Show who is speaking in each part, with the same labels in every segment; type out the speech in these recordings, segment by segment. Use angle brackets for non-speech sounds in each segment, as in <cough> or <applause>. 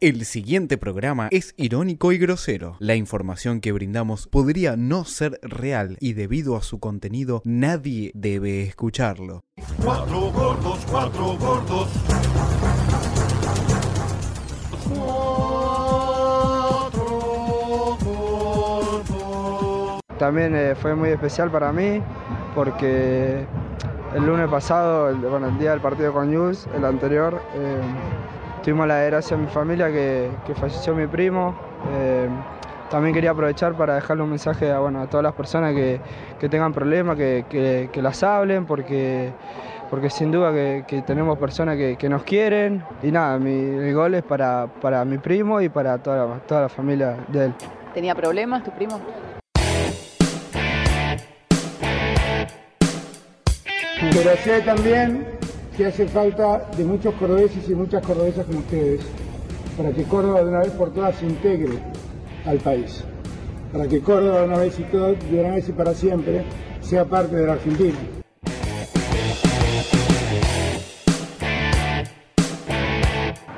Speaker 1: El siguiente programa es irónico y grosero. La información que brindamos podría no ser real y debido a su contenido nadie debe escucharlo.
Speaker 2: Cuatro gordos, cuatro gordos.
Speaker 3: También eh, fue muy especial para mí porque el lunes pasado, el, bueno, el día del partido con News, el anterior, eh, tuvimos la desgracia en mi familia que, que falleció mi primo. Eh, también quería aprovechar para dejarle un mensaje a, bueno, a todas las personas que, que tengan problemas, que, que- que las hablen, porque, porque sin duda que, que tenemos personas que, que nos quieren. Y nada, mi, el gol es para, para mi primo y para toda la- toda la familia de él.
Speaker 4: ¿Tenía problemas tu primo?
Speaker 5: Pero sé también que hace falta de muchos cordobeses y muchas cordobesas como ustedes para que Córdoba de una vez por todas se integre al país, para que Córdoba de una vez y todo, de una vez y para siempre sea parte de la Argentina.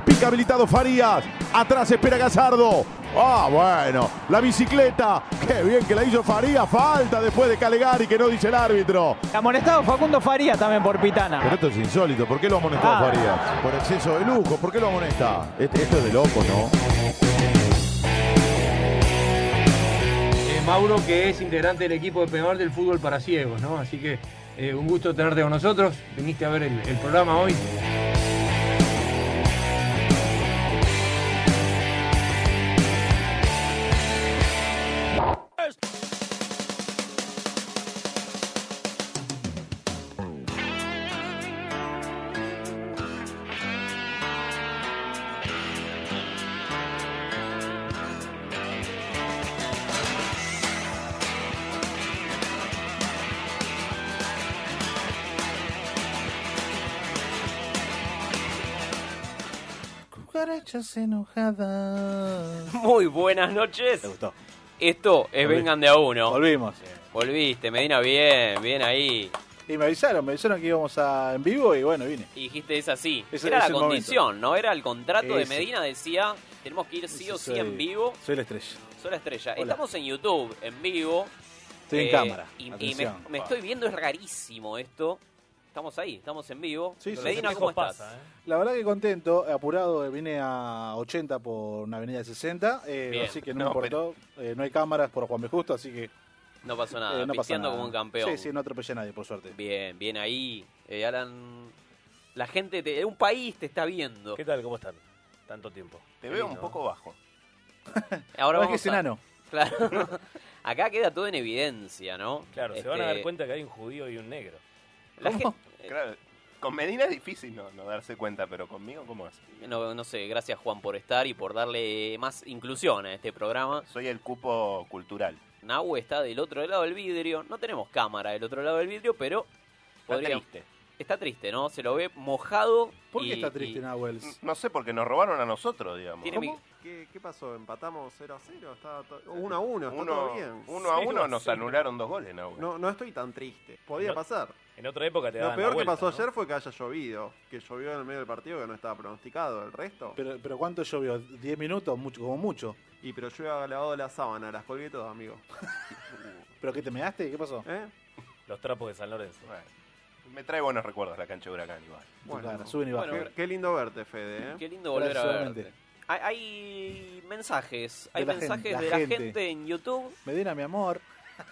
Speaker 2: Pica habilitado Farías. Atrás espera Gazardo. Ah, bueno. La bicicleta. Qué bien que la hizo Farías. Falta después de Calegari que no dice el árbitro.
Speaker 6: Amonestado Facundo Faría también por
Speaker 2: Pero
Speaker 6: Pitana.
Speaker 2: esto es insólito. ¿Por qué lo amonestó a
Speaker 6: Ah.
Speaker 2: Farías? Por exceso de lujo. ¿Por qué lo amonesta? Este- esto es de loco, ¿no?
Speaker 7: Eh, Mauro, que es integrante del equipo de Peñarol del fútbol para ciegos, ¿no? Así que eh, un gusto tenerte con nosotros. Viniste a ver el, el programa hoy.
Speaker 8: Muy buenas noches. Esto es Vengan de a uno.
Speaker 9: Volvimos.
Speaker 8: Volviste, Medina, bien, bien ahí.
Speaker 9: Y me avisaron, me avisaron que íbamos a, en vivo y bueno, vine.
Speaker 8: Y dijiste, es así.
Speaker 9: Es-
Speaker 8: Era
Speaker 9: es el
Speaker 8: la condición, ¿no? Era el contrato de
Speaker 9: Ese.
Speaker 8: Medina, decía, tenemos que ir sí o sí
Speaker 9: Soy-
Speaker 8: en vivo.
Speaker 9: Soy la estrella.
Speaker 8: Soy la estrella.
Speaker 9: Hola.
Speaker 8: Estamos en YouTube, en vivo.
Speaker 9: Estoy en
Speaker 8: Eh,
Speaker 9: cámara.
Speaker 8: Y, y me,
Speaker 9: Atención.
Speaker 8: me estoy viendo, es rarísimo esto. Estamos ahí, estamos en vivo.
Speaker 9: Sí, sí,
Speaker 8: Medina,
Speaker 9: sí.
Speaker 8: ¿cómo estás?
Speaker 9: La verdad que contento, apurado, eh, vine a 80 por una avenida de 60, eh,
Speaker 8: Bien.
Speaker 9: así que no,
Speaker 8: No,
Speaker 9: me importó. eh, no hay cámaras por Juan B. Justo, así que eh,
Speaker 8: No pasó
Speaker 9: no
Speaker 8: nada,
Speaker 9: pasa
Speaker 8: pisteando
Speaker 9: nada.
Speaker 8: como un campeón.
Speaker 9: Sí, sí, no atropellé a nadie, por suerte.
Speaker 8: Bien, bien ahí. Eh, Alan, la gente, te, un país te está viendo.
Speaker 10: ¿Qué tal? ¿Cómo están? Tanto tiempo.
Speaker 11: Te veo un poco bajo.
Speaker 8: Ahora
Speaker 9: No, es que
Speaker 8: vamos
Speaker 9: es
Speaker 8: a-
Speaker 9: enano.
Speaker 8: <laughs> Claro. <laughs> Acá queda todo en evidencia, ¿no?
Speaker 10: Claro, se
Speaker 8: Este,
Speaker 10: van a dar cuenta que hay un judío y un negro.
Speaker 8: la
Speaker 9: ¿Cómo?
Speaker 8: gen-
Speaker 11: Claro, con Medina es difícil no, no darse cuenta, pero conmigo, ¿cómo es?
Speaker 8: No, no sé, gracias Juan por estar y por darle más inclusión a este programa.
Speaker 11: Soy el cupo cultural.
Speaker 8: Nahu está del otro lado del vidrio. No tenemos cámara del otro lado del vidrio, pero
Speaker 11: Está
Speaker 8: podría...
Speaker 11: triste.
Speaker 8: Está triste, ¿no? Se lo ve mojado.
Speaker 9: ¿Por qué
Speaker 8: y-
Speaker 9: está triste
Speaker 8: y-
Speaker 9: Nahuel?
Speaker 11: No sé, porque nos robaron a nosotros, digamos.
Speaker 8: Tiene mi-
Speaker 12: ¿Qué, qué pasó? ¿Empatamos 0 a 0? Está to- 1 a 1, está
Speaker 11: Uno,
Speaker 12: todo bien.
Speaker 11: uno a
Speaker 10: Cero
Speaker 11: uno
Speaker 10: a
Speaker 11: nos
Speaker 10: cero.
Speaker 11: anularon dos goles, Nahuel.
Speaker 12: No, no estoy tan triste. Podía
Speaker 10: No,
Speaker 12: pasar.
Speaker 10: En otra época te
Speaker 12: Lo
Speaker 10: daban
Speaker 12: peor
Speaker 10: la
Speaker 12: que
Speaker 10: vuelta,
Speaker 12: pasó
Speaker 10: ¿no?
Speaker 12: ayer fue que haya llovido. Que llovió en el medio del partido que no estaba pronosticado. El resto.
Speaker 9: Pero, pero ¿cuánto llovió? ¿10 minutos? Mucho, como mucho.
Speaker 12: Y pero yo había lavado la sábana, las colgué todas, amigo.
Speaker 9: ¿Pero qué te measte? ¿Qué pasó?
Speaker 12: ¿Eh?
Speaker 10: Los trapos de San Lorenzo.
Speaker 11: Bueno, me trae buenos recuerdos la cancha de Huracán, igual.
Speaker 9: Bueno,
Speaker 12: Bueno,
Speaker 9: suben y bajan.
Speaker 8: Bueno,
Speaker 12: qué, qué lindo verte, Fede. ¿eh?
Speaker 8: Qué lindo volver
Speaker 9: Gracias,
Speaker 8: a
Speaker 9: igualmente.
Speaker 8: verte. Hay, hay mensajes,
Speaker 9: De
Speaker 8: hay
Speaker 9: la
Speaker 8: mensajes
Speaker 9: gente, la
Speaker 8: de la
Speaker 9: gente.
Speaker 8: gente en YouTube.
Speaker 9: Medina, mi amor.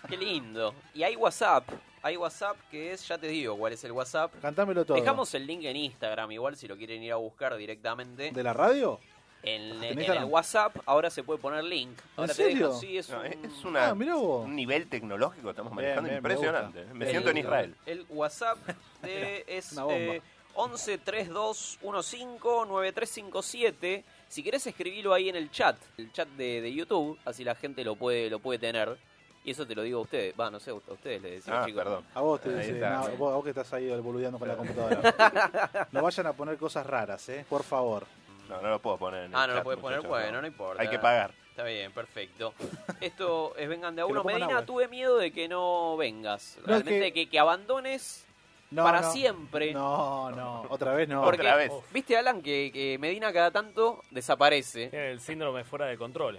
Speaker 8: Qué lindo. Y hay WhatsApp. Hay WhatsApp que es, ya te digo cuál es el WhatsApp.
Speaker 9: Cantámelo todo.
Speaker 8: Dejamos el link en Instagram, igual si lo quieren ir a buscar directamente.
Speaker 9: ¿De la radio?
Speaker 8: En,
Speaker 9: ¿En
Speaker 8: en el
Speaker 9: Instagram?
Speaker 8: WhatsApp ahora se puede poner link. Ahora te
Speaker 9: serio?
Speaker 8: dejo, sí, es
Speaker 11: No,
Speaker 8: un-
Speaker 11: es es una,
Speaker 9: Ah, mirá vos.
Speaker 10: mm,
Speaker 11: un nivel tecnológico estamos
Speaker 9: Bien,
Speaker 11: manejando
Speaker 9: bien, me
Speaker 11: impresionante. ¿eh? Me,
Speaker 8: el-
Speaker 11: siento en Israel.
Speaker 8: El
Speaker 9: <laughs>
Speaker 8: WhatsApp de- es
Speaker 9: Una bomba.
Speaker 8: eh, 11 32 15 9357. Si querés escribilo ahí en el chat, el chat de, de YouTube, así la gente lo puede lo puede tener. Y eso te lo digo a ustedes. Va, no sé, a ustedes les decimos,
Speaker 11: Ah,
Speaker 8: chicos.
Speaker 11: perdón.
Speaker 9: A vos te
Speaker 11: Ahí
Speaker 9: dice,
Speaker 11: está.
Speaker 9: no, vos, a vos que estás ahí boludeando con la computadora. no vayan a poner cosas raras, ¿eh? Por favor.
Speaker 11: No, no lo puedo poner en el
Speaker 8: Ah, no lo
Speaker 11: chat,
Speaker 8: puedes poner,
Speaker 11: muchachos,
Speaker 8: bueno, no importa.
Speaker 11: Hay que pagar.
Speaker 8: Está bien,
Speaker 9: <laughs>
Speaker 8: perfecto. Esto es Vengan de a
Speaker 9: Que lo
Speaker 8: uno.
Speaker 9: pongan
Speaker 8: Medina,
Speaker 9: agua.
Speaker 8: tuve miedo de que no vengas.
Speaker 9: es
Speaker 8: Realmente
Speaker 9: que-
Speaker 8: que... Que, abandones
Speaker 9: No,
Speaker 8: para
Speaker 9: no.
Speaker 8: siempre.
Speaker 9: No, no, otra vez no.
Speaker 8: Porque,
Speaker 9: Otra vez.
Speaker 8: Viste, Alan, que, que Medina cada tanto desaparece.
Speaker 10: Tiene el síndrome fuera de control.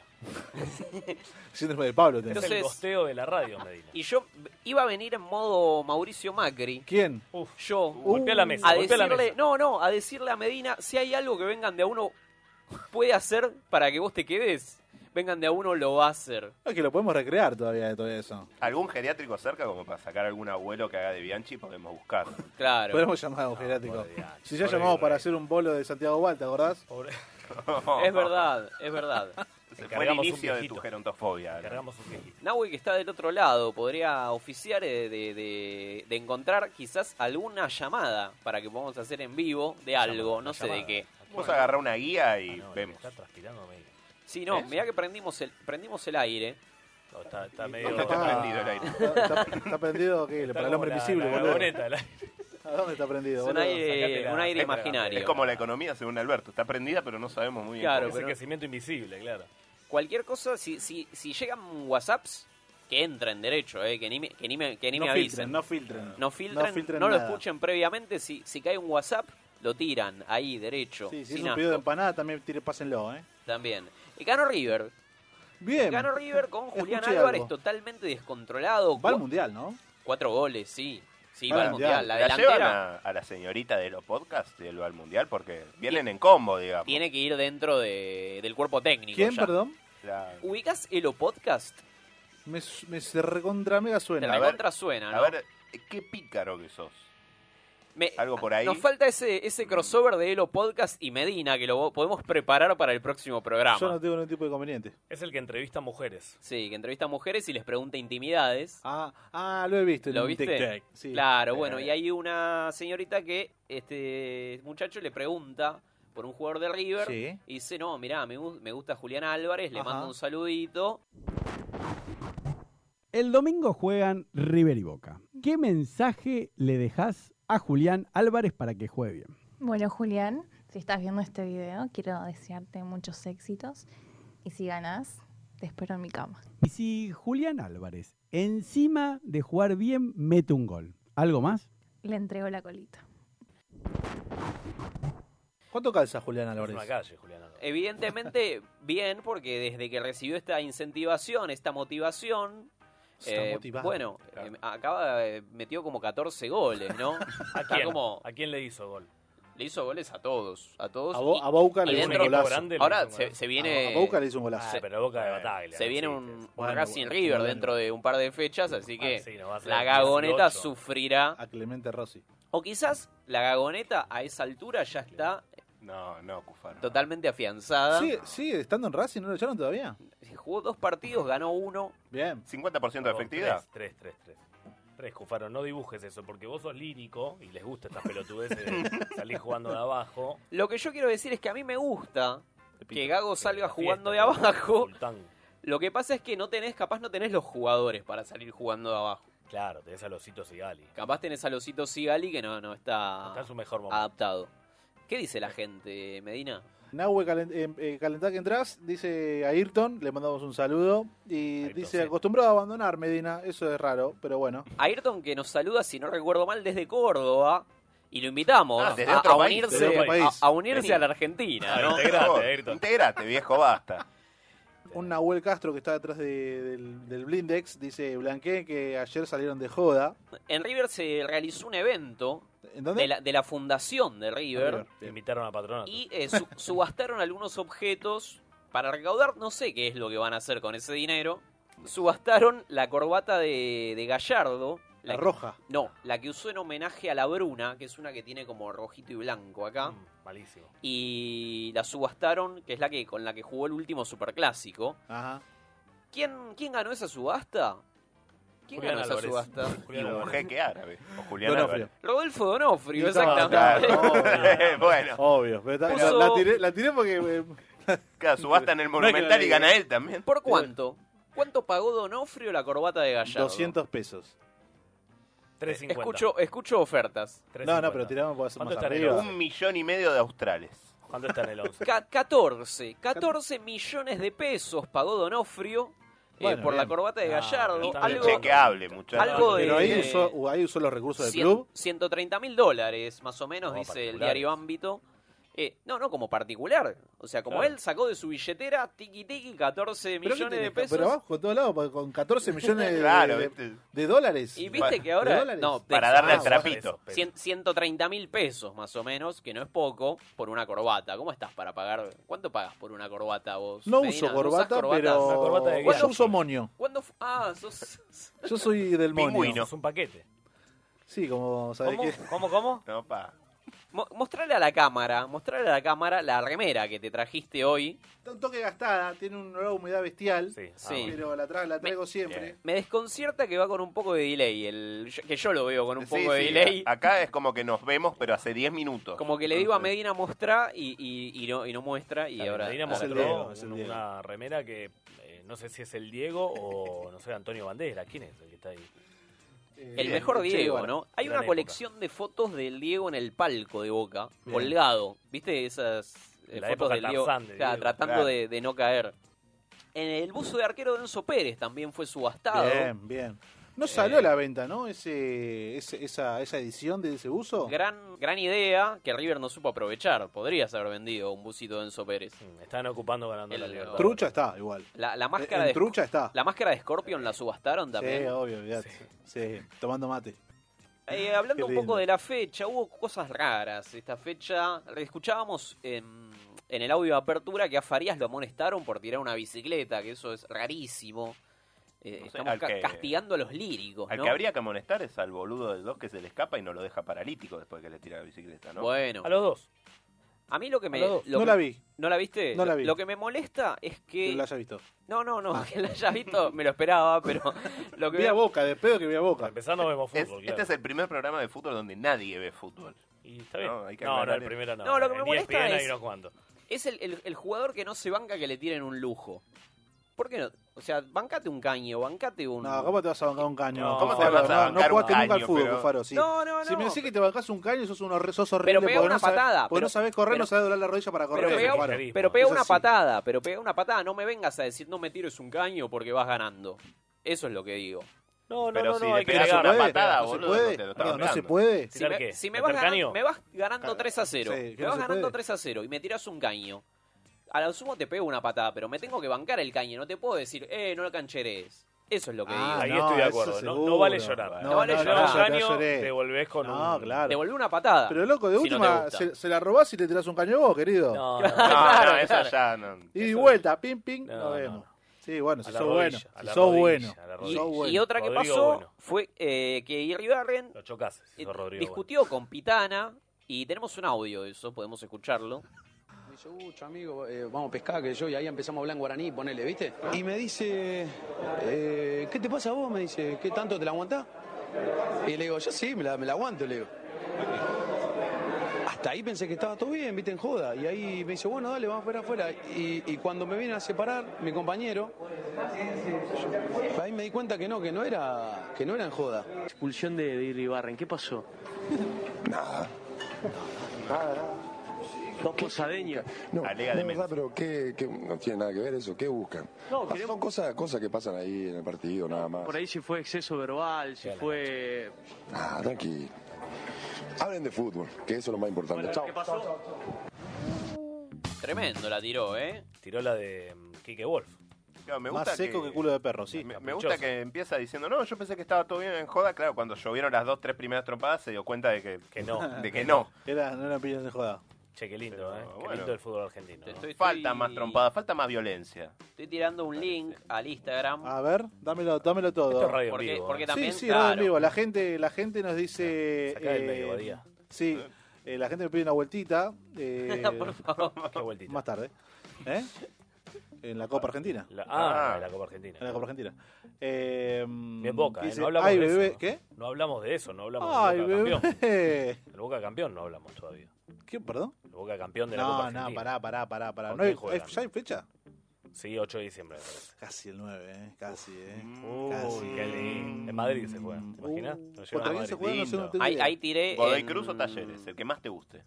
Speaker 9: Síndrome de Pablo. tenés.
Speaker 10: es el costeo de la radio,
Speaker 8: <laughs>
Speaker 10: Medina.
Speaker 8: Y yo iba a venir en modo Mauricio Macri.
Speaker 9: ¿Quién?
Speaker 8: Yo.
Speaker 10: golpea la mesa,
Speaker 8: A
Speaker 10: golpea la
Speaker 8: decirle,
Speaker 10: mesa.
Speaker 8: no, no, a decirle a Medina, si hay algo que vengan de a uno puede hacer para que vos te quedes, vengan de a uno lo va a hacer.
Speaker 9: Es que lo podemos recrear todavía de todo eso.
Speaker 11: ¿Algún geriátrico cerca como para sacar algún abuelo que haga de Bianchi? Podemos buscar.
Speaker 8: Claro.
Speaker 9: Podemos llamar a un geriátrico. si ya
Speaker 11: pobre
Speaker 9: llamamos para hacer un bolo de Santiago Val, ¿te acordás?
Speaker 8: Es verdad, es verdad.
Speaker 11: Fue el inicio de tu gerontofobia.
Speaker 10: Cargamos un
Speaker 8: Nahue que está del otro lado podría oficiar eh, de, de- de encontrar quizás alguna llamada para que podamos hacer en vivo de algo, no sé de qué.
Speaker 10: Ah,
Speaker 11: Vos agarrá una guía
Speaker 9: Ah,
Speaker 11: y vemos.
Speaker 10: Está transpirando, Medina.
Speaker 8: Sí, no,
Speaker 10: ¿Eh?
Speaker 8: mirá que prendimos el, prendimos el aire.
Speaker 10: No, está, está medio...
Speaker 9: está prendido el aire. Está- está- está prendido, ¿qué? Para el hombre invisible,
Speaker 10: La, la
Speaker 9: boludo.
Speaker 10: vagoneta, el aire.
Speaker 9: ¿A dónde está prendido?
Speaker 8: un
Speaker 9: boludo?
Speaker 8: aire-
Speaker 9: Sacate
Speaker 8: un
Speaker 9: la-
Speaker 8: aire
Speaker 11: Es-
Speaker 8: imaginario.
Speaker 11: Es como la economía, según Alberto. Está prendida, pero no sabemos muy bien.
Speaker 8: Claro,
Speaker 11: cómo.
Speaker 8: pero-
Speaker 10: Ese crecimiento invisible, claro.
Speaker 8: Cualquier cosa, si, si, si llegan WhatsApps, que entren derecho, eh, que ni me, que ni me, que ni
Speaker 9: No
Speaker 8: me
Speaker 9: filtren,
Speaker 8: avisen.
Speaker 9: no filtren.
Speaker 8: No filtren, no,
Speaker 9: No filtren
Speaker 8: lo
Speaker 9: nada.
Speaker 8: escuchen previamente. Si, si cae un WhatsApp, lo tiran ahí derecho.
Speaker 9: Sí, si es
Speaker 8: sin
Speaker 9: un
Speaker 8: asco.
Speaker 9: pedido de empanada, también tire, pásenlo, ¿eh?
Speaker 8: También. Y ganó River.
Speaker 9: Bien.
Speaker 8: Ganó River con Julián
Speaker 9: Escuché
Speaker 8: Álvarez
Speaker 9: algo.
Speaker 8: totalmente descontrolado.
Speaker 9: Va al
Speaker 8: Cu-
Speaker 9: mundial, ¿no?
Speaker 8: Cuatro goles, sí. Sí,
Speaker 9: Va
Speaker 8: va
Speaker 9: al
Speaker 8: al mundial. La
Speaker 11: La llevan
Speaker 8: delantera
Speaker 11: a, a la señorita de los podcasts del Val Mundial porque vienen en combo, digamos.
Speaker 8: tiene que ir dentro de- del cuerpo técnico.
Speaker 9: ¿Quién,
Speaker 8: ya.
Speaker 9: perdón?
Speaker 11: La-
Speaker 8: ¿Ubicas Elo Podcast?
Speaker 9: Me, me se recontra mega
Speaker 8: Te
Speaker 9: suena.
Speaker 8: la contra suena, ¿no?
Speaker 11: A ver, qué pícaro que sos.
Speaker 8: Me-
Speaker 11: Algo por ahí.
Speaker 8: Nos falta ese, ese crossover de Elo Podcast y Medina que lo vo- podemos preparar para el próximo programa.
Speaker 9: Yo no tengo ningún tipo de conveniente.
Speaker 10: Es el que entrevista mujeres.
Speaker 8: Sí, que entrevista a mujeres y les pregunta intimidades.
Speaker 9: Ah, ah, lo he visto. en
Speaker 8: ¿Lo
Speaker 9: un
Speaker 8: viste?
Speaker 9: tic-tac, sí.
Speaker 8: Claro, bueno, y hay una señorita que este muchacho le pregunta por un jugador de River
Speaker 9: Sí.
Speaker 8: y dice, no, mirá, me, gu- me gusta Julián Álvarez, le
Speaker 9: Ajá.
Speaker 8: mando un saludito.
Speaker 4: El domingo juegan River y Boca. ¿Qué mensaje le dejás a Julián Álvarez para que juegue bien?
Speaker 13: Bueno, Julián, si estás viendo este video, quiero desearte muchos éxitos. Y si ganas, te espero en mi cama.
Speaker 4: Y si Julián Álvarez, encima de jugar bien, mete un gol. ¿Algo más?
Speaker 13: Le entrego la colita.
Speaker 9: ¿Cuánto calza Julián
Speaker 10: Es
Speaker 9: Álvarez?
Speaker 10: una calle, Julián.
Speaker 9: <laughs>
Speaker 8: Evidentemente, bien, porque desde que recibió esta incentivación, esta motivación... eh,
Speaker 10: Está motivado.
Speaker 8: bueno, eh, acaba eh, metió como 14
Speaker 9: <laughs>
Speaker 8: goles, ¿no?
Speaker 10: ¿A
Speaker 8: Está
Speaker 10: quién?
Speaker 8: como-
Speaker 10: ¿A quién le hizo gol?
Speaker 8: le hizo goles a todos, a todos.
Speaker 9: A Bo- a Boca le hizo un
Speaker 8: dentro-
Speaker 11: Ah,
Speaker 9: golazo.
Speaker 8: Ahora se, se viene
Speaker 9: A Boca le hizo un golazo.
Speaker 10: Ah, pero Boca de Bataglia.
Speaker 8: Se
Speaker 10: no
Speaker 8: viene
Speaker 10: existe.
Speaker 8: un,
Speaker 9: Bueno,
Speaker 8: un Racing
Speaker 9: bueno,
Speaker 8: River
Speaker 9: bueno. Ah,
Speaker 8: dentro de un par de fechas, así que
Speaker 10: Ah, sí, no, va a ser
Speaker 8: la
Speaker 10: 18.
Speaker 8: gagoneta sufrirá.
Speaker 9: A Clemente Rossi.
Speaker 8: O quizás la gagoneta a esa altura ya está
Speaker 11: No, no, Cufaro.
Speaker 8: totalmente afianzada.
Speaker 9: Sí, sí, estando en Racing, ¿no lo echaron todavía?
Speaker 8: Jugó dos partidos, ganó uno.
Speaker 9: Bien.
Speaker 11: 50% de
Speaker 10: Perdón,
Speaker 11: efectividad.
Speaker 10: Tres, tres, tres. tres. Tres, Cufaro, no dibujes eso, porque vos sos lírico y les gusta estas pelotudeces
Speaker 11: <laughs>
Speaker 10: de salir jugando de abajo.
Speaker 8: Lo que yo quiero decir es que a mí me gusta que Gago salga
Speaker 10: la
Speaker 8: jugando de
Speaker 10: fiesta, pero
Speaker 8: abajo.
Speaker 10: Sultán.
Speaker 8: Lo que pasa es que no tenés, capaz no tenés los jugadores para salir jugando de abajo.
Speaker 10: Claro, tenés a los Citos y Gali.
Speaker 8: Capaz tenés a Losito Sigali que no, no está,
Speaker 10: Está en su mejor momento.
Speaker 8: adaptado. ¿Qué dice la gente, Medina?
Speaker 9: Nahue calen- em, eh, Calentá que entras, dice Ayrton, le mandamos un saludo. Y dice,
Speaker 10: sí.
Speaker 9: acostumbrado a abandonar Medina, eso es raro, pero bueno.
Speaker 8: Ayrton que nos saluda, si no recuerdo mal, desde Córdoba. Y lo invitamos
Speaker 11: Ah, desde
Speaker 8: a,
Speaker 11: otro
Speaker 8: a
Speaker 11: país,
Speaker 8: unirse,
Speaker 9: desde otro país.
Speaker 8: a, a unirse
Speaker 11: Vení.
Speaker 8: a la Argentina, ¿no?
Speaker 11: Por favor,
Speaker 10: Integrate, Ayrton.
Speaker 11: integrate, viejo, basta.
Speaker 9: Un Nahuel Castro que está detrás de- del, del Blindex, dice, blanqué que ayer salieron de joda.
Speaker 8: En River se realizó un evento
Speaker 9: ¿En dónde?
Speaker 8: de la, de la fundación de River
Speaker 10: Te invitaron a Patronato.
Speaker 8: Ah, eh, y eh, su- subastaron algunos objetos para recaudar, no sé qué es lo que van a hacer con ese dinero. Subastaron la corbata de, de Gallardo.
Speaker 9: La
Speaker 8: que-
Speaker 9: roja.
Speaker 8: No, la que usó en homenaje a la Bruna, que es una que tiene como rojito y blanco acá.
Speaker 10: Mm, malísimo.
Speaker 8: y la subastaron, que es la que con la que jugó el último superclásico.
Speaker 9: Ajá.
Speaker 8: ¿Quién, quién ganó esa subasta? ¿Quién
Speaker 10: Julián
Speaker 8: ganó esa
Speaker 10: Álvarez.
Speaker 8: subasta?
Speaker 11: Y
Speaker 10: <laughs> Julián
Speaker 11: un
Speaker 10: Álvarez.
Speaker 11: jeque árabe. O Julián
Speaker 9: Donofrio.
Speaker 11: Álvarez.
Speaker 8: Rodolfo Donofrio,
Speaker 9: Y estaba-
Speaker 8: exactamente. <laughs>
Speaker 11: Eh, <laughs> bueno,
Speaker 9: Obvio, pero está-
Speaker 8: Puso-
Speaker 9: la, la tiré, la tiré porque... eh,
Speaker 11: claro, subasta
Speaker 9: <laughs>
Speaker 11: en el Monumental y gana él también.
Speaker 8: ¿Por cuánto? ¿Cuánto pagó Donofrio la corbata de Gallardo?
Speaker 9: 200 pesos.
Speaker 10: 3.50.
Speaker 8: Escucho, escucho ofertas.
Speaker 9: No, no,
Speaker 10: 3.50.
Speaker 9: pero tiramos para hacer
Speaker 10: ¿Cuánto
Speaker 9: más
Speaker 10: está en el
Speaker 9: arriba.
Speaker 10: once?
Speaker 11: Un millón y medio de australes.
Speaker 9: <laughs>
Speaker 10: ¿Cuánto está en el 11?
Speaker 8: Ca- 14, 14 millones de pesos pagó Donofrio eh,
Speaker 9: Bueno,
Speaker 8: por la
Speaker 9: bien.
Speaker 8: corbata de
Speaker 9: Ah,
Speaker 8: Gallardo.
Speaker 9: está bien.
Speaker 8: algo,
Speaker 11: Chequeable, muchachos.
Speaker 8: algo de-
Speaker 9: Pero ahí usó, ahí usó los recursos del
Speaker 8: Cien-
Speaker 9: club.
Speaker 8: 130 mil dólares, más o menos,
Speaker 9: Como
Speaker 8: dice el
Speaker 9: particulares.
Speaker 8: diario Ámbito. Eh, no, no, como particular. O sea, como
Speaker 9: Claro.
Speaker 8: él sacó de su billetera, tiki tiki, 14
Speaker 9: Pero
Speaker 8: millones de
Speaker 9: tenés,
Speaker 8: pesos.
Speaker 9: Pero abajo, de todos lados, porque con 14 millones de,
Speaker 11: Claro,
Speaker 8: Eh,
Speaker 9: de-
Speaker 11: viste.
Speaker 9: de dólares.
Speaker 8: Y
Speaker 9: Bueno,
Speaker 8: viste
Speaker 9: ¿de
Speaker 8: que ahora.
Speaker 9: dólares?
Speaker 8: No, ah,
Speaker 11: Para
Speaker 8: pesos,
Speaker 11: darle al
Speaker 8: más,
Speaker 11: trapito.
Speaker 8: más. Cien- 130 mil pesos, más o menos, que no es poco, por una corbata. ¿Cómo estás para pagar? ¿Cuánto pagas por una corbata vos?
Speaker 9: No
Speaker 8: Medina?
Speaker 9: uso
Speaker 8: ¿No usás
Speaker 9: corbata,
Speaker 8: corbatas?
Speaker 9: pero
Speaker 8: ¿Cuándo
Speaker 9: yo uso moño.
Speaker 8: ¿Cuándo fu- Ah, sos.
Speaker 9: Yo soy del moño.
Speaker 11: Pingüino.
Speaker 10: Es un paquete.
Speaker 9: Sí, como sabés
Speaker 8: ¿Cómo?
Speaker 9: que
Speaker 10: ¿Cómo, cómo?
Speaker 11: No, pa.
Speaker 8: Mo- mostrale a la cámara, mostrale a la cámara la remera que te trajiste hoy.
Speaker 9: está un toque gastada, tiene un olor a humedad bestial.
Speaker 8: Sí.
Speaker 9: Pero la, tra- la traigo siempre.
Speaker 8: Me desconcierta que va con un poco de delay, el, yo- que yo lo veo con un
Speaker 11: Sí,
Speaker 8: poco de
Speaker 11: sí,
Speaker 8: delay.
Speaker 11: a- Acá es como que nos vemos, pero hace 10 minutos.
Speaker 8: Como que le digo a Medina mostra y, y- y no, y no muestra y ahora...
Speaker 10: Medina
Speaker 8: ahora
Speaker 10: mostró
Speaker 8: todo.
Speaker 10: un- una remera que eh, no sé si es el Diego o no sé, Antonio Bandera. ¿Quién es el que está ahí?
Speaker 9: Eh,
Speaker 8: El mejor Diego, ¿no? Hay una colección de fotos del Diego en el palco de Boca,
Speaker 10: Bien.
Speaker 8: colgado. ¿Viste esas eh,
Speaker 10: La
Speaker 8: fotos
Speaker 10: época
Speaker 8: del Diego?
Speaker 10: Tarzán de
Speaker 8: Claro,
Speaker 10: Diego,
Speaker 8: tratando
Speaker 10: claro.
Speaker 8: de, de no caer. En el buzo de arquero de Enzo Pérez también fue subastado.
Speaker 9: Bien, bien. No salió
Speaker 8: Eh.
Speaker 9: a la venta, ¿no? Ese, ese- esa, esa edición de ese uso.
Speaker 8: Gran, gran idea que River no supo aprovechar. Podrías haber vendido un busito de Enzo Pérez.
Speaker 10: Están Hmm, ocupando ganando
Speaker 8: la
Speaker 9: Trucha está, igual.
Speaker 8: La,
Speaker 11: Eh,
Speaker 8: la máscara
Speaker 9: En
Speaker 8: de
Speaker 9: trucha está.
Speaker 8: La máscara de Scorpion la subastaron también.
Speaker 9: Sí, obvio, olvidate. Sí, tomando mate.
Speaker 8: Eh, hablando
Speaker 9: Qué
Speaker 8: un poco
Speaker 9: lindo.
Speaker 8: de la fecha, hubo cosas raras esta fecha. Escuchábamos em, en el audio de apertura que a Farías lo amonestaron por tirar una bicicleta, que eso es rarísimo. Eh, estamos
Speaker 11: al
Speaker 8: ca-
Speaker 11: que-
Speaker 8: castigando a los líricos,
Speaker 11: Al
Speaker 8: ¿no?
Speaker 11: que habría que amonestar es al boludo del 2 que se le escapa y no lo deja paralítico después que le tira la bicicleta, ¿no?
Speaker 8: Bueno.
Speaker 10: A los dos.
Speaker 8: A mí lo que me...
Speaker 11: los dos.
Speaker 8: lo
Speaker 11: No
Speaker 8: que-
Speaker 11: la vi.
Speaker 8: ¿No la viste?
Speaker 11: No la
Speaker 8: Lo-
Speaker 11: vi.
Speaker 8: Lo que me molesta es que...
Speaker 9: Que lo haya visto.
Speaker 8: No, no,
Speaker 9: Ah.
Speaker 8: no, <laughs> que la haya visto, me lo esperaba, pero
Speaker 9: <laughs>
Speaker 8: lo que
Speaker 9: Vi a boca, de pedo que vi a boca.
Speaker 10: Empezando vemos
Speaker 11: Es- Este es el primer programa de fútbol donde nadie ve fútbol.
Speaker 10: Y está bien.
Speaker 11: No, hay que
Speaker 10: No, no,
Speaker 11: aclarar
Speaker 10: el
Speaker 11: eso.
Speaker 10: primero no.
Speaker 8: No, lo que me
Speaker 10: En
Speaker 8: molesta
Speaker 10: ESPN
Speaker 8: es-
Speaker 10: hay unos cuantos.
Speaker 8: es el, el- el jugador que no se banca que le tiren un lujo. ¿Por qué no? O sea, bancate un caño, bancate un...
Speaker 9: No, ¿cómo te vas a bancar un caño?
Speaker 8: No,
Speaker 11: ¿cómo te vas a
Speaker 9: Cufaro? No,
Speaker 11: bancar
Speaker 9: no
Speaker 11: un
Speaker 9: jugaste nunca al
Speaker 11: caño,
Speaker 9: fútbol,
Speaker 11: pero-
Speaker 9: Cufaro, sí.
Speaker 8: No, no,
Speaker 9: Si me
Speaker 8: no.
Speaker 9: decís que te bancás un caño, sos, un horre- sos horrible.
Speaker 8: Pero pega
Speaker 9: porque
Speaker 8: una
Speaker 9: no sabés-
Speaker 8: patada,
Speaker 9: Porque
Speaker 8: pero-
Speaker 9: no sabés correr,
Speaker 8: pero-
Speaker 9: no sabés doblar la rodilla para correr.
Speaker 8: Pero
Speaker 9: Cufaro.
Speaker 8: pega, pero pega
Speaker 9: Es
Speaker 8: una
Speaker 9: así.
Speaker 8: patada, pero pega una patada. No me vengas a decir no me tires un caño porque vas ganando. Eso es lo que digo.
Speaker 10: No, no,
Speaker 11: Pero
Speaker 10: no,
Speaker 11: si
Speaker 10: no,
Speaker 11: le
Speaker 10: hay que
Speaker 11: pegas
Speaker 10: pegar.
Speaker 11: una patada,
Speaker 9: ¿No se
Speaker 11: boludo,
Speaker 9: puede?
Speaker 11: no te lo
Speaker 9: No,
Speaker 11: estaban
Speaker 9: no se
Speaker 11: mirando.
Speaker 9: puede.
Speaker 8: Si me,
Speaker 10: qué?
Speaker 8: si me
Speaker 10: ¿Meter
Speaker 8: vas ganando,
Speaker 10: caño?
Speaker 8: me vas ganando 3 a 0.
Speaker 9: Sí, que
Speaker 8: me
Speaker 9: no
Speaker 8: vas
Speaker 9: se
Speaker 8: ganando
Speaker 9: puede.
Speaker 8: 3 a 0 y me tiras un caño. A lo sumo te pego una patada, pero me tengo que bancar el caño. No te puedo decir, eh, no lo cancherees. Eso es lo que
Speaker 9: Ah,
Speaker 10: Ahí
Speaker 8: digo.
Speaker 9: no,
Speaker 10: estoy de
Speaker 9: eso
Speaker 10: acuerdo. No,
Speaker 9: seguro.
Speaker 10: no vale llorar.
Speaker 9: No,
Speaker 10: No, vale
Speaker 9: no,
Speaker 10: llorar.
Speaker 9: no,
Speaker 10: un
Speaker 9: yo no
Speaker 10: caño,
Speaker 9: lloré.
Speaker 10: te volvés con
Speaker 9: No,
Speaker 10: un.
Speaker 9: claro.
Speaker 8: Te volví una patada.
Speaker 9: Pero loco, de
Speaker 8: si no
Speaker 9: última
Speaker 8: te gusta.
Speaker 9: se, se la robás y te tirás un caño vos, querido.
Speaker 10: No,
Speaker 11: No,
Speaker 10: no,
Speaker 11: no, eso ya no.
Speaker 9: Ida y vuelta, pim, pim,
Speaker 10: No,
Speaker 9: no,
Speaker 10: no,
Speaker 9: vemos. Sí, bueno, si
Speaker 10: A la
Speaker 9: sos
Speaker 10: rodilla,
Speaker 9: bueno.
Speaker 10: a
Speaker 9: Si
Speaker 10: la
Speaker 9: sos
Speaker 10: rodilla,
Speaker 9: bueno.
Speaker 10: a la
Speaker 9: Si
Speaker 8: Y,
Speaker 10: rodilla.
Speaker 9: sos bueno.
Speaker 8: y otra que
Speaker 10: Rodrigo
Speaker 8: pasó
Speaker 10: Bueno.
Speaker 8: fue eh, que Iribarren
Speaker 10: Lo chocás, si sos Rodrigo.
Speaker 8: discutió con Pitana y tenemos un audio de eso, podemos escucharlo.
Speaker 14: Me dice, "Ucho, amigo, eh, vamos a pescar, que yo, y ahí empezamos a hablar en guaraní, ponele, ¿viste? Y me dice, eh, ¿qué te pasa a vos? Me dice, ¿qué tanto te la aguantás? Y le digo, yo sí, me la, me la aguanto, le digo. Hasta ahí pensé que estaba todo bien, viste, en joda. Y ahí me dice, bueno, dale, vamos a esperar afuera. Y, y cuando me vienen a separar, mi compañero, yo- ahí me di cuenta que no, que no era, que no era en joda.
Speaker 15: Expulsión de, de Iribarren, ¿qué pasó? Dos posadeños.
Speaker 16: No,
Speaker 11: Alega
Speaker 16: la verdad,
Speaker 11: demencia.
Speaker 16: pero ¿qué, qué- no tiene nada que ver eso. ¿Qué buscan?
Speaker 15: No,
Speaker 16: Ah, Son cosas, cosas que pasan ahí en el partido, nada más.
Speaker 15: Por ahí si fue exceso verbal, si fue...
Speaker 16: Ah, tranquilo. Hablen de fútbol, que eso es lo más importante. Chao.
Speaker 15: ¿Qué pasó?
Speaker 8: Tremendo la tiró, ¿eh?
Speaker 10: Tiró la de mm, Kike Wolf.
Speaker 11: Claro, me
Speaker 9: Más
Speaker 11: gusta
Speaker 9: seco que culo de perro, sí.
Speaker 11: Me, me gusta que empieza diciendo, no, yo pensé que estaba todo bien en joda. Claro, cuando llovieron las dos, tres primeras trompadas, se dio cuenta de que,
Speaker 10: Que
Speaker 9: <laughs>
Speaker 10: no.
Speaker 9: Ah,
Speaker 11: de que no.
Speaker 9: Era, no era pillas de joda.
Speaker 10: Che, qué lindo, ¿eh? Qué
Speaker 11: bueno.
Speaker 10: lindo el fútbol argentino.
Speaker 8: Te
Speaker 10: ¿no?
Speaker 8: estoy-
Speaker 11: Falta
Speaker 8: estoy-
Speaker 11: más trompadas, falta más violencia.
Speaker 8: Estoy tirando un link al Instagram.
Speaker 12: Ah,
Speaker 9: A ver, dámelo, dámelo todo.
Speaker 10: Esto es radio en
Speaker 8: Porque-
Speaker 10: vivo,
Speaker 8: porque
Speaker 10: ¿eh?
Speaker 8: también,
Speaker 9: sí, sí,
Speaker 8: claro.
Speaker 9: radio en vivo. La gente, la gente nos dice.
Speaker 10: Sacá del
Speaker 9: eh,
Speaker 10: medio, Badía.
Speaker 9: Sí, eh, la gente me pide una vueltita.
Speaker 10: <laughs>
Speaker 9: eh,
Speaker 8: Por favor.
Speaker 10: Qué
Speaker 9: <laughs>
Speaker 10: vueltita.
Speaker 9: más tarde. ¿Eh? En la Copa Argentina.
Speaker 10: La- ah, la Copa Argentina.
Speaker 9: En la Copa Argentina. Eh,
Speaker 10: Bien Boca, ¿eh?
Speaker 9: dice,
Speaker 10: No hablamos
Speaker 9: "Ay,
Speaker 10: de
Speaker 9: bebé,
Speaker 10: eso. ¿no?
Speaker 9: ¿Qué?
Speaker 10: No hablamos de eso, no hablamos
Speaker 9: Ay,
Speaker 10: del Boca campeón.
Speaker 9: bebé.
Speaker 10: El Boca campeón no hablamos todavía.
Speaker 9: <laughs> ¿Qué? ¿Perdón?
Speaker 10: El Boca campeón de la Copa
Speaker 9: No,
Speaker 10: Argentina.
Speaker 9: no, pará, pará, pará, pará.
Speaker 10: ¿Con
Speaker 9: No
Speaker 10: quién
Speaker 9: hay-
Speaker 10: juegan?
Speaker 9: ¿Ya hay fecha?
Speaker 10: Sí, 8 de diciembre. me parece.
Speaker 9: Casi el 9, ¿eh? Casi, ¿eh?
Speaker 10: Uy, qué lindo. En Madrid se fue, ¿te imaginas?
Speaker 9: Uh,
Speaker 10: Lo llevan a
Speaker 9: ¿Contra quién se
Speaker 10: Madrid.
Speaker 9: juega? No sé,
Speaker 11: Lindo.
Speaker 9: no tengo
Speaker 8: Ahí,
Speaker 9: idea.
Speaker 8: ahí tiré.
Speaker 11: Godoy
Speaker 8: en-
Speaker 11: Cruz o Talleres, el que más te guste.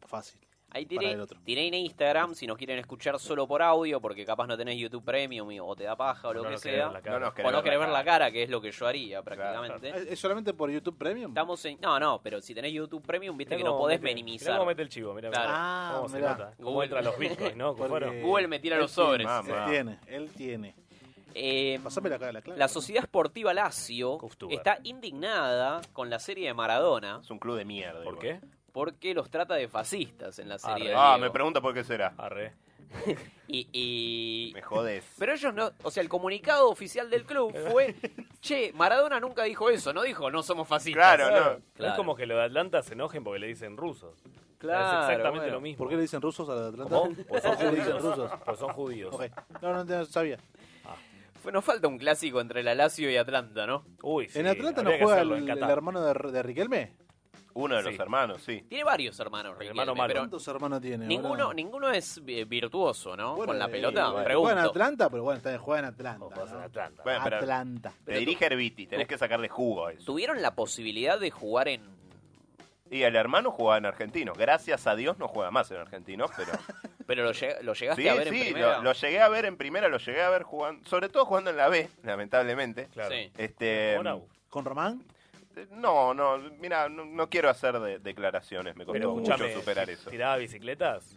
Speaker 9: Fácil.
Speaker 8: Ahí
Speaker 9: eh. para
Speaker 8: tiré,
Speaker 9: el otro.
Speaker 8: tiré en Instagram si nos quieren escuchar solo por audio, porque capaz no tenés YouTube Premium y- o te da paja o lo
Speaker 9: No
Speaker 8: que
Speaker 9: nos querés
Speaker 8: sea.
Speaker 9: ver la cara. No nos
Speaker 8: o
Speaker 9: querés
Speaker 8: no
Speaker 9: ver
Speaker 8: querés
Speaker 9: la
Speaker 8: ver la cara, que es lo que yo haría prácticamente.
Speaker 9: ¿Es solamente por YouTube Premium?
Speaker 8: Estamos en... No, no, pero si tenés YouTube Premium, viste
Speaker 10: Mirá
Speaker 8: que no
Speaker 10: cómo
Speaker 8: podés
Speaker 10: mete-
Speaker 8: minimizar.
Speaker 10: mirá cómo mete el chivo, mirá, mirá. Ah, Cómo se mirá. nota. Cómo
Speaker 8: Google-
Speaker 10: entran los bitcoins, ¿no, Cufaro?
Speaker 8: Google me tira
Speaker 10: Él
Speaker 8: los
Speaker 10: tiene,
Speaker 8: sobres.
Speaker 10: mamá.
Speaker 9: Tiene, él tiene.
Speaker 8: Eh,
Speaker 9: la cara, la clave.
Speaker 8: Sociedad Esportiva Lazio está indignada con la serie de Maradona. Es
Speaker 11: un club de mierda.
Speaker 10: ¿Por qué?
Speaker 8: Porque los trata de fascistas en la serie. de
Speaker 11: Ah,
Speaker 8: Diego.
Speaker 11: me pregunta por qué será.
Speaker 10: Arre.
Speaker 8: Y, y-
Speaker 11: Me jodes.
Speaker 8: Pero ellos no, o sea, el comunicado oficial del club fue, che, Maradona nunca dijo eso, no dijo, no somos fascistas.
Speaker 10: Es como que los de Atlanta se enojen porque le dicen rusos.
Speaker 8: Claro,
Speaker 10: Es exactamente
Speaker 8: bueno.
Speaker 10: lo mismo.
Speaker 9: ¿Por qué le dicen rusos a la de Atlanta?
Speaker 10: ¿Cómo? Pues
Speaker 9: <laughs>
Speaker 10: son
Speaker 9: ¿Por qué le dicen
Speaker 10: judíos.
Speaker 9: rusos?
Speaker 10: Pues son judíos.
Speaker 9: Ok. No, no, no sabía.
Speaker 8: Fue- Nos falta un clásico entre la Lazio y Atlanta, ¿no?
Speaker 10: Uy,
Speaker 9: ¿En Atlanta no juega el, el hermano de, de Riquelme?
Speaker 11: Uno de
Speaker 8: Sí.
Speaker 11: los hermanos, sí.
Speaker 8: Tiene varios hermanos, Riquelme, pero
Speaker 9: ¿Cuántos hermanos tiene? boludo?
Speaker 8: ninguno, ninguno es eh, virtuoso, ¿no? Con la
Speaker 9: eh,
Speaker 8: pelota,
Speaker 9: bueno,
Speaker 8: pregunto.
Speaker 9: Juega en Atlanta, pero bueno, está bien, juega en Atlanta.
Speaker 10: pues,
Speaker 9: ¿no?
Speaker 11: Bueno, <laughs> pero
Speaker 9: Atlanta.
Speaker 11: Te dirige Herbiti, tenés que sacarle jugo a eso.
Speaker 8: ¿Tuvieron la posibilidad de jugar en...?
Speaker 11: Y el hermano jugaba en argentino. Gracias a Dios no juega más en argentino, pero...
Speaker 8: Pero lo, lleg- lo <laughs> llegaste
Speaker 11: sí,
Speaker 8: a ver
Speaker 11: sí,
Speaker 8: en primera.
Speaker 11: lo, lo llegué a ver en primera, lo llegué a ver jugando, sobre todo jugando en la B, lamentablemente.
Speaker 8: Claro. Sí.
Speaker 11: Este,
Speaker 12: Em,
Speaker 9: ¿Con Román?
Speaker 11: no, no, mira, no, no quiero hacer de- declaraciones, me costó
Speaker 10: Pero
Speaker 11: mucho
Speaker 10: escúchame,
Speaker 11: superar eso.
Speaker 10: ¿Tiraba bicicletas?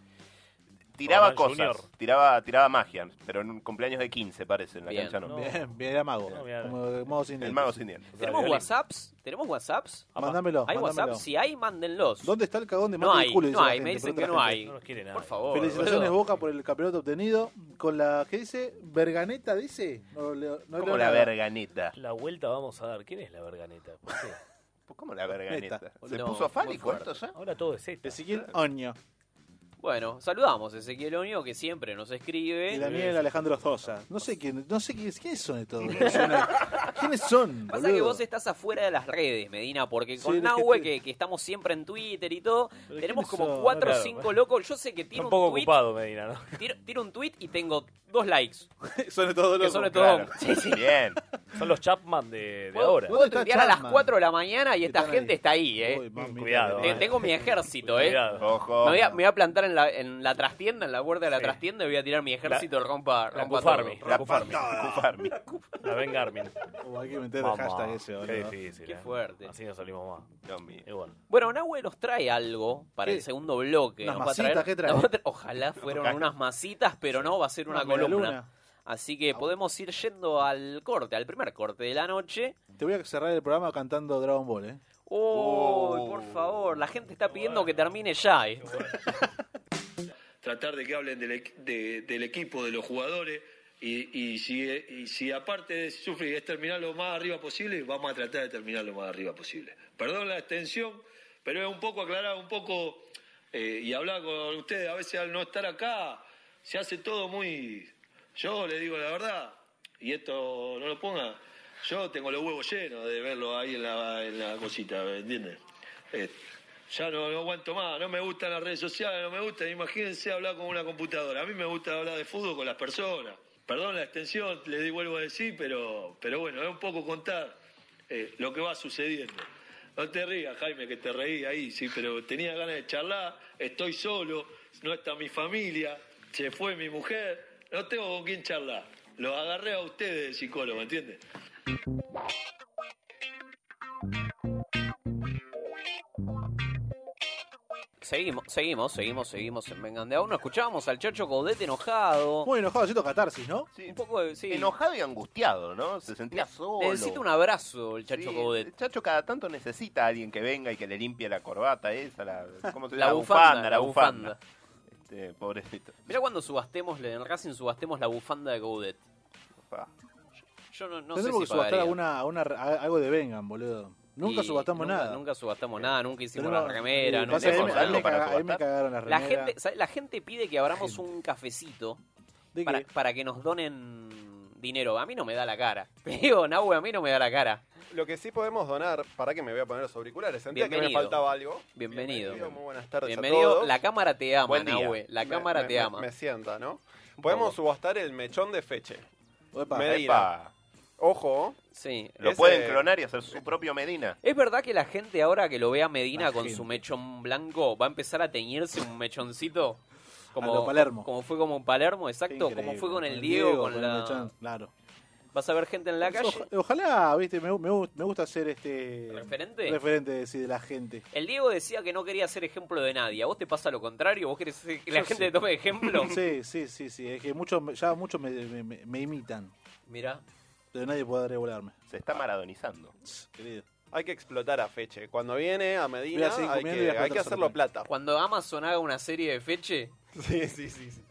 Speaker 11: Tiraba
Speaker 10: Román Junior.
Speaker 11: cosas, tiraba, tiraba magia, pero en un cumpleaños de 15 parece, en la
Speaker 8: Bien.
Speaker 11: cancha no.
Speaker 9: Bien, bien, era mago. como el mago sin
Speaker 11: El
Speaker 9: dientes.
Speaker 11: mago sin dientes.
Speaker 8: ¿Tenemos WhatsApps? ¿Tenemos WhatsApps?
Speaker 9: Mándamelo,
Speaker 8: ¿Hay
Speaker 9: mándamelo.
Speaker 8: WhatsApp? Si hay, mándenlos.
Speaker 9: ¿Dónde está el cagón de
Speaker 8: No
Speaker 9: Mati
Speaker 8: hay,
Speaker 9: y Julio?
Speaker 8: no
Speaker 9: Dice la
Speaker 8: hay,
Speaker 9: gente,
Speaker 8: me dicen
Speaker 9: pregunta
Speaker 8: que no
Speaker 9: la
Speaker 8: hay.
Speaker 9: gente.
Speaker 8: No nos quiere nadie. Por favor,
Speaker 9: Felicitaciones
Speaker 8: boludo.
Speaker 9: Boca por el campeonato obtenido. Con la que dice, Verganeta dice. No, leo- no leo
Speaker 11: Como la
Speaker 9: nada.
Speaker 11: verganeta.
Speaker 10: La vuelta vamos a dar. ¿Quién es la verganeta? ¿Por qué?
Speaker 11: ¿Cómo la verganeta?
Speaker 10: Neta.
Speaker 11: ¿Se
Speaker 10: No,
Speaker 11: puso
Speaker 10: muy
Speaker 11: fálico
Speaker 10: fuerte.
Speaker 11: esto ya?
Speaker 10: Ahora todo es esto.
Speaker 9: Ezequiel Oño.
Speaker 8: Bueno, saludamos a Ezequiel Oño que siempre nos escribe.
Speaker 9: Y Daniel Alejandro Sosa. No sé quién, no sé quiénes, quiénes son estos. dos. ¿Quiénes son?
Speaker 8: Pasa
Speaker 9: boludo?
Speaker 8: que vos estás afuera de las redes, Medina, porque con
Speaker 9: Sí, este. es que
Speaker 8: Nahue,
Speaker 9: estoy-
Speaker 8: que, que estamos siempre en Twitter y todo, tenemos
Speaker 10: ¿quiénes
Speaker 8: como
Speaker 10: son?
Speaker 8: cuatro o
Speaker 10: Claro.
Speaker 8: cinco locos. Yo sé que
Speaker 10: Está
Speaker 8: tiro
Speaker 10: un
Speaker 8: un,
Speaker 10: poco
Speaker 8: tweet,
Speaker 10: ocupado, Medina, ¿no?
Speaker 8: tiro, tiro un tweet y tengo dos likes.
Speaker 9: Son todos
Speaker 8: Que son de todo. Sí, sí.
Speaker 11: Bien.
Speaker 10: Son los Chapman de, de
Speaker 8: Puedo-
Speaker 10: ahora.
Speaker 8: puedo tuitear a las 4 de la mañana y esta gente está ahí, eh.
Speaker 10: Cuidado.
Speaker 8: Te-
Speaker 10: eh.
Speaker 8: Tengo mi ejército, eh.
Speaker 10: Cuidado.
Speaker 11: Ojo.
Speaker 8: Me voy, a, me voy a plantar en la, en la trastienda, en la puerta de la trastienda, y voy a tirar mi ejército rompa,
Speaker 10: La
Speaker 8: rompa
Speaker 10: Cufarmi.
Speaker 8: todo.
Speaker 10: La Cufarmi.
Speaker 8: <laughs>
Speaker 10: La Venga Armin.
Speaker 9: Oh, hay que meter el
Speaker 10: Mamá,
Speaker 9: hashtag ese, boludo.
Speaker 10: Qué difícil.
Speaker 8: Qué
Speaker 10: eh.
Speaker 8: fuerte.
Speaker 10: Así no salimos más.
Speaker 11: Dios mío.
Speaker 10: Y bueno.
Speaker 8: Bueno, Nahue nos trae algo para el segundo bloque.
Speaker 9: Unas
Speaker 8: Nos va a traer-
Speaker 9: masitas, ¿qué trae?
Speaker 8: nos va a tra- Ojalá fueran unas masitas, pero no, va a ser
Speaker 9: Una
Speaker 8: una,
Speaker 9: Ah.
Speaker 8: columna.
Speaker 9: medialuna.
Speaker 8: Así que podemos ir yendo al corte, al primer corte de la noche.
Speaker 9: Te voy a cerrar el programa cantando Dragon Ball, eh.
Speaker 8: Uy, por favor, la gente está pidiendo que termine ya. eh.
Speaker 17: tratar de que hablen del, equ- de- del equipo, de los jugadores, y, y si, y si aparte de sufrir es terminar lo más arriba posible, vamos a tratar de terminar lo más arriba posible. Perdón la extensión, pero es un poco aclarar, un poco, eh, y hablar con ustedes, a veces al no estar acá, se hace todo muy... Yo le digo la verdad, y esto no lo ponga, yo tengo los huevos llenos de verlo ahí en la, en la cosita, ¿me entiendes? Eh, ya no, no aguanto más, no me gustan las redes sociales, no me gustan, imagínense hablar con una computadora. A mí me gusta hablar de fútbol con las personas. Perdón la extensión, les di- vuelvo a decir, pero, pero bueno, es un poco contar eh, lo que va sucediendo. No te rías, Jaime, que te reí ahí, sí, pero tenía ganas de charlar, estoy solo, no está mi familia, se fue mi mujer, no tengo con quién charlar. Los agarré a ustedes, de psicólogo, ¿entiendes?
Speaker 8: <laughs> Seguimos, seguimos, seguimos, seguimos en Vengan de a uno. Escuchábamos al Chacho Caudete enojado.
Speaker 9: Muy enojado, haciendo catarsis, ¿no?
Speaker 8: Un poco de- sí.
Speaker 11: Enojado y angustiado, ¿no? Se sentía solo.
Speaker 8: Necesita un abrazo el Chacho
Speaker 11: Sí,
Speaker 8: Caudet.
Speaker 11: el Chacho cada tanto necesita a alguien que venga y que le limpie la corbata esa, la, ¿cómo se
Speaker 8: La
Speaker 11: llama?
Speaker 8: bufanda, la bufanda.
Speaker 11: Este, pobrecito.
Speaker 8: Mirá cuando subastemos, en Racing subastemos la bufanda de Gaudet. Yo no, no sé
Speaker 9: Tendremos que
Speaker 8: si
Speaker 9: subastar
Speaker 8: pagaría.
Speaker 9: alguna, alguna- a- algo de Vengan, boludo. Nunca
Speaker 8: Y
Speaker 9: subastamos
Speaker 8: nunca-
Speaker 9: nada.
Speaker 8: Nunca subastamos nada, nunca hicimos
Speaker 9: Tenemos-
Speaker 8: la remera.
Speaker 9: Sí,
Speaker 8: nunca
Speaker 9: eh, pasa que a mí-
Speaker 8: hicimos
Speaker 9: a mí
Speaker 8: nada.
Speaker 9: me caga- a mí me cagaron las
Speaker 8: La
Speaker 9: remeras.
Speaker 8: gente, ¿sabes? la gente pide que abramos un cafecito para, para que nos donen dinero. A mí no me da la cara. <laughs> Te digo, Nahue, a mí no me da la cara.
Speaker 18: Lo que sí podemos donar, para que me voy a poner los auriculares, sentía que me
Speaker 8: Bienvenido.
Speaker 18: faltaba algo.
Speaker 8: Bienvenido.
Speaker 18: Muy buenas tardes a
Speaker 8: Bienvenido.
Speaker 18: todos.
Speaker 8: La cámara te ama,
Speaker 18: Buen día.
Speaker 8: Nahue. La
Speaker 18: Me-
Speaker 8: cámara
Speaker 18: me-
Speaker 8: te
Speaker 18: me-
Speaker 8: ama.
Speaker 18: Me sienta, ¿no? Podemos subastar el mechón de feche.
Speaker 9: Epa.
Speaker 18: Medina.
Speaker 11: Ojo.
Speaker 8: Sí.
Speaker 11: Lo
Speaker 8: Ese-
Speaker 11: pueden clonar y hacer su propio Medina.
Speaker 8: ¿Es verdad que la gente ahora que lo ve a Medina con
Speaker 11: gente.
Speaker 8: su mechón blanco va a empezar a teñirse un mechoncito? Como,
Speaker 9: A lo Palermo.
Speaker 8: Como fue como Palermo, exacto. Como
Speaker 9: Increíble.
Speaker 8: fue con el Diego, con,
Speaker 9: el
Speaker 8: la...
Speaker 9: mechón, claro.
Speaker 8: Vas a ver gente en la calle.
Speaker 9: Oja- ojalá, viste, me, me gu- me gusta ser este.
Speaker 8: ¿Referente?
Speaker 9: Referente, sí, de la gente.
Speaker 8: El Diego decía que no quería ser ejemplo de nadie. ¿A vos te pasa lo contrario? ¿Vos querés que la
Speaker 9: Yo
Speaker 8: gente
Speaker 9: sí.
Speaker 8: te tome
Speaker 12: <laughs>
Speaker 8: ejemplo?
Speaker 9: Sí, sí, sí, sí. Es que muchos, me- ya muchos me, me- me- me imitan.
Speaker 8: Mirá.
Speaker 9: Pero nadie podrá volarme.
Speaker 11: Se está
Speaker 8: <laughs>
Speaker 11: maradonizando.
Speaker 9: Querido.
Speaker 12: Hay que explotar a Feche. Cuando viene a
Speaker 8: Voy
Speaker 12: Medina,
Speaker 8: a seguir
Speaker 12: hay
Speaker 8: comiendo y voy a
Speaker 12: que, hay que
Speaker 8: explotar
Speaker 12: hacerlo plata.
Speaker 8: Cuando Amazon haga una serie de feche,
Speaker 12: Sí, sí, sí. sí.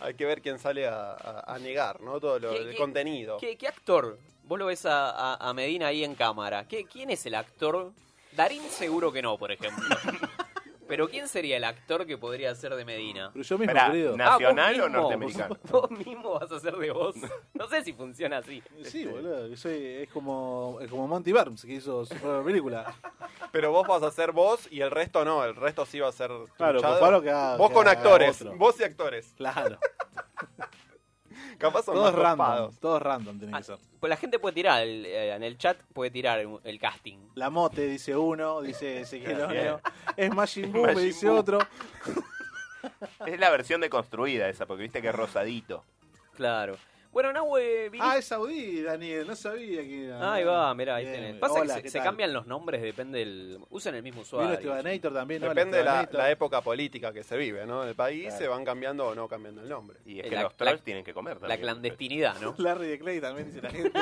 Speaker 12: Hay que ver quién sale a, a- a negar, ¿no? Todo lo,
Speaker 8: ¿Qué-
Speaker 12: el
Speaker 8: qué-
Speaker 12: contenido.
Speaker 8: ¿qué, qué actor? Vos lo ves a, a- a Medina ahí en cámara. ¿Qué, ¿Quién es el actor? Darín seguro que no, por
Speaker 12: <laughs>
Speaker 8: ejemplo. Pero ¿quién sería el actor que podría ser de Medina?
Speaker 9: Pero yo mismo,
Speaker 11: Pará,
Speaker 9: querido.
Speaker 11: ¿nacional
Speaker 8: Ah, vos
Speaker 11: o
Speaker 8: mismo.
Speaker 11: norteamericano?
Speaker 8: <laughs> Vos mismo vas a ser de vos. No sé si funciona así.
Speaker 12: Este,
Speaker 9: Sí, boludo. yo soy- es, como, es como Monty Burns que hizo su propia película.
Speaker 12: <laughs> Pero vos vas a ser vos y el resto no. El resto sí va a ser.
Speaker 9: Claro,
Speaker 12: truchado.
Speaker 9: Cufaro que haga-
Speaker 12: Vos
Speaker 9: que
Speaker 12: con
Speaker 9: haga
Speaker 12: actores.
Speaker 9: otro.
Speaker 12: Vos y actores.
Speaker 9: Claro.
Speaker 12: Capaz <laughs> son
Speaker 9: Todos
Speaker 12: más
Speaker 9: random.
Speaker 12: copados.
Speaker 9: Todos random tienen que ser.
Speaker 8: Pues la gente puede tirar, el- eh, en el chat puede tirar el, el casting.
Speaker 9: La Mote dice uno, dice Ezequiel
Speaker 11: Bien.
Speaker 9: Oleo. Es Majin Buu, me
Speaker 11: Majin
Speaker 9: dice
Speaker 11: Buu.
Speaker 9: otro.
Speaker 11: Es la versión deconstruida esa, porque viste que es rosadito.
Speaker 8: Claro. Bueno, Nahue
Speaker 9: Ah, es Saudí, Daniel, no sabía que era.
Speaker 8: Ah, Ahí va, mirá, ahí
Speaker 9: Bien,
Speaker 8: tenés.
Speaker 9: bien.
Speaker 8: Pasa
Speaker 9: Hola,
Speaker 8: que
Speaker 9: ¿qué
Speaker 8: se, se
Speaker 9: tal?
Speaker 8: cambian los nombres, depende del... Usan el mismo usuario.
Speaker 9: Vino Estebanator también, ¿no?
Speaker 12: Depende de
Speaker 9: El
Speaker 12: la,
Speaker 9: Estebanator.
Speaker 12: la época política que se vive, ¿no? El país
Speaker 9: Claro.
Speaker 12: se van cambiando o no cambiando el nombre.
Speaker 11: Y
Speaker 8: es que La- los trolls la-
Speaker 11: tienen que comer
Speaker 8: La clandestinidad,
Speaker 9: <laughs>
Speaker 8: ¿no?
Speaker 9: Larry de Clay también dice la gente.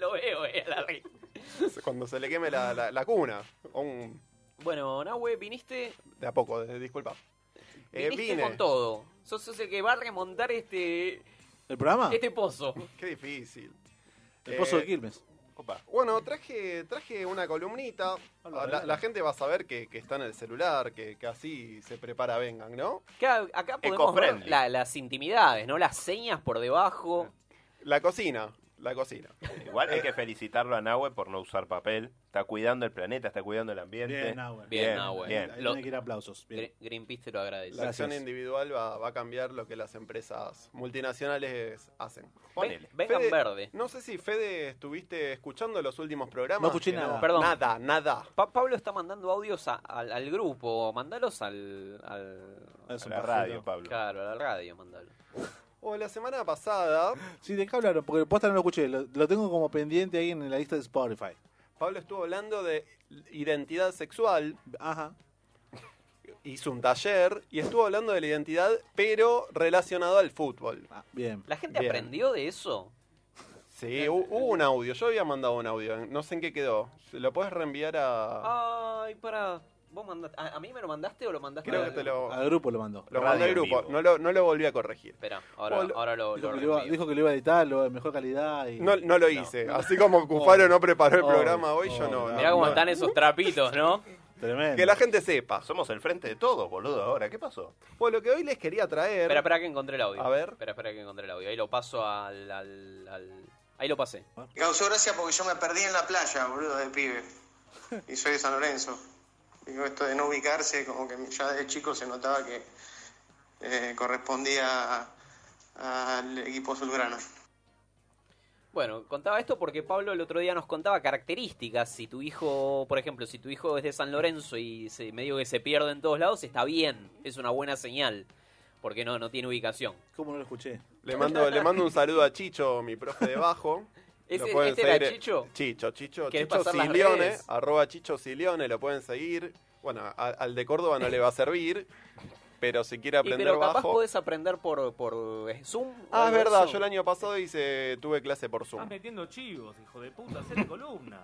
Speaker 8: Lo veo, eh, a Larry.
Speaker 12: <laughs> Cuando se le queme la, la- la cuna. O un-
Speaker 8: Bueno, Nahue, viniste,
Speaker 12: de a poco, de- disculpa. Eh,
Speaker 8: viniste
Speaker 12: vine.
Speaker 8: con todo. Sos, sos el que va a remontar este,
Speaker 9: ¿El
Speaker 12: Ah.
Speaker 9: programa?
Speaker 8: este pozo.
Speaker 12: Qué difícil.
Speaker 9: El pozo
Speaker 12: Eh,
Speaker 9: de Quilmes.
Speaker 12: Bueno, traje, traje una columnita. Ah, La, la gente va a saber que, que está en el celular, que, que así se prepara Vengan, ¿no?
Speaker 8: Acá, acá podemos ver
Speaker 12: Eco-friendly.
Speaker 8: la- las intimidades, ¿no? Las señas por debajo.
Speaker 12: La cocina, la cocina.
Speaker 11: Igual
Speaker 12: Eh.
Speaker 11: hay que felicitarlo a Nahue por no usar papel. Está cuidando el planeta, está cuidando el ambiente.
Speaker 9: Bien, Nahue.
Speaker 8: Bien, Nahue.
Speaker 11: bien.
Speaker 9: Ahí
Speaker 8: Lo-
Speaker 9: tiene que ir aplausos. Bien.
Speaker 8: Gre- Greenpeace te lo agradece.
Speaker 12: La acción individual va, va a cambiar lo que las empresas multinacionales hacen.
Speaker 8: Ponele. Vengan verde.
Speaker 12: No sé si Fede estuviste escuchando los últimos programas.
Speaker 8: No escuché
Speaker 12: que
Speaker 8: nada. Perdón.
Speaker 12: Nada, nada.
Speaker 8: Pa- Pablo está mandando audios a- al, al grupo. Mandalos al, al-
Speaker 9: Es un
Speaker 11: la
Speaker 9: pajero.
Speaker 11: radio, Pablo.
Speaker 8: Claro, a la radio, mandalo.
Speaker 12: O la semana pasada,
Speaker 9: Sí, de qué hablaron, porque posta no lo escuché. Lo, lo tengo como pendiente ahí en la lista de Spotify.
Speaker 12: Pablo estuvo hablando de identidad sexual.
Speaker 9: Ajá.
Speaker 12: Hizo un taller y estuvo hablando de la identidad, pero relacionado al fútbol.
Speaker 9: Ah, Bien.
Speaker 8: ¿La gente
Speaker 12: Bien.
Speaker 8: aprendió de eso?
Speaker 12: Sí, hu- hubo un audio. Yo había mandado un audio. No sé en qué quedó. ¿Lo puedes reenviar a...?
Speaker 8: Ay, pará. ¿Vos mandaste? ¿A, a mí me lo mandaste o lo mandaste
Speaker 12: Creo
Speaker 8: al-
Speaker 12: que te lo...
Speaker 9: Al grupo lo mandó.
Speaker 12: Lo
Speaker 11: Radio
Speaker 12: mandé al
Speaker 11: en
Speaker 12: grupo.
Speaker 11: vivo.
Speaker 12: No lo, no lo volví a corregir.
Speaker 8: Espera, ahora,
Speaker 12: Hola.
Speaker 8: ahora lo,
Speaker 9: Dijo
Speaker 8: lo
Speaker 9: que, lo iba,
Speaker 8: reenvío.
Speaker 9: dijo que lo iba a editar, lo de mejor calidad. Y...
Speaker 12: No, no lo hice. Así
Speaker 9: <laughs>
Speaker 12: como Cufaro no preparó el
Speaker 9: Obvio,
Speaker 12: programa hoy, yo no.
Speaker 9: obvio.
Speaker 12: no,
Speaker 8: Mirá cómo
Speaker 12: no.
Speaker 8: están esos trapitos,
Speaker 12: <laughs>
Speaker 8: ¿no?
Speaker 9: Tremendo.
Speaker 12: Que la gente sepa.
Speaker 11: Somos el frente de todos, boludo, ahora. ¿Qué pasó?
Speaker 12: Bueno, lo que hoy les quería traer.
Speaker 8: Espera, espera que encontré el audio.
Speaker 12: A ver.
Speaker 8: Espera, espera que encontré el audio. Ahí lo paso al... al- al- Ahí lo pasé.
Speaker 19: Me causó gracia porque yo me perdí en la playa, boludo, de pibe. Y soy de San Lorenzo. Digo, esto de no ubicarse, como que ya de chico se notaba que eh, correspondía a- al equipo azulgrana.
Speaker 8: Bueno, contaba esto porque Pablo el otro día nos contaba características. Si tu hijo, por ejemplo, si tu hijo es de San Lorenzo y se, medio que se pierde en todos lados, está bien. Es una buena señal. Porque no, no tiene ubicación.
Speaker 9: ¿Cómo no lo escuché?
Speaker 12: Le mando, le mando un saludo a Chicho, mi profe de bajo.
Speaker 8: ¿Ese-
Speaker 12: Lo pueden
Speaker 8: este era
Speaker 12: seguir- eh,
Speaker 8: Chicho?
Speaker 12: Chicho, Chicho,
Speaker 8: ¿Querés
Speaker 12: Chicho
Speaker 8: pasar las
Speaker 12: Silione,
Speaker 8: redes?
Speaker 12: arroba Chicho Silione, lo pueden seguir. Bueno, a- al de Córdoba no le va a servir, pero si quiere
Speaker 8: Y,
Speaker 12: aprender
Speaker 8: pero capaz
Speaker 12: bajo.
Speaker 8: podés aprender por, por eh, Zoom. o
Speaker 12: Ah, es
Speaker 8: algo de
Speaker 12: verdad,
Speaker 8: eso.
Speaker 12: yo el año pasado hice, tuve clase por Zoom.
Speaker 10: Estás metiendo chivos, hijo de puta, hacer columna.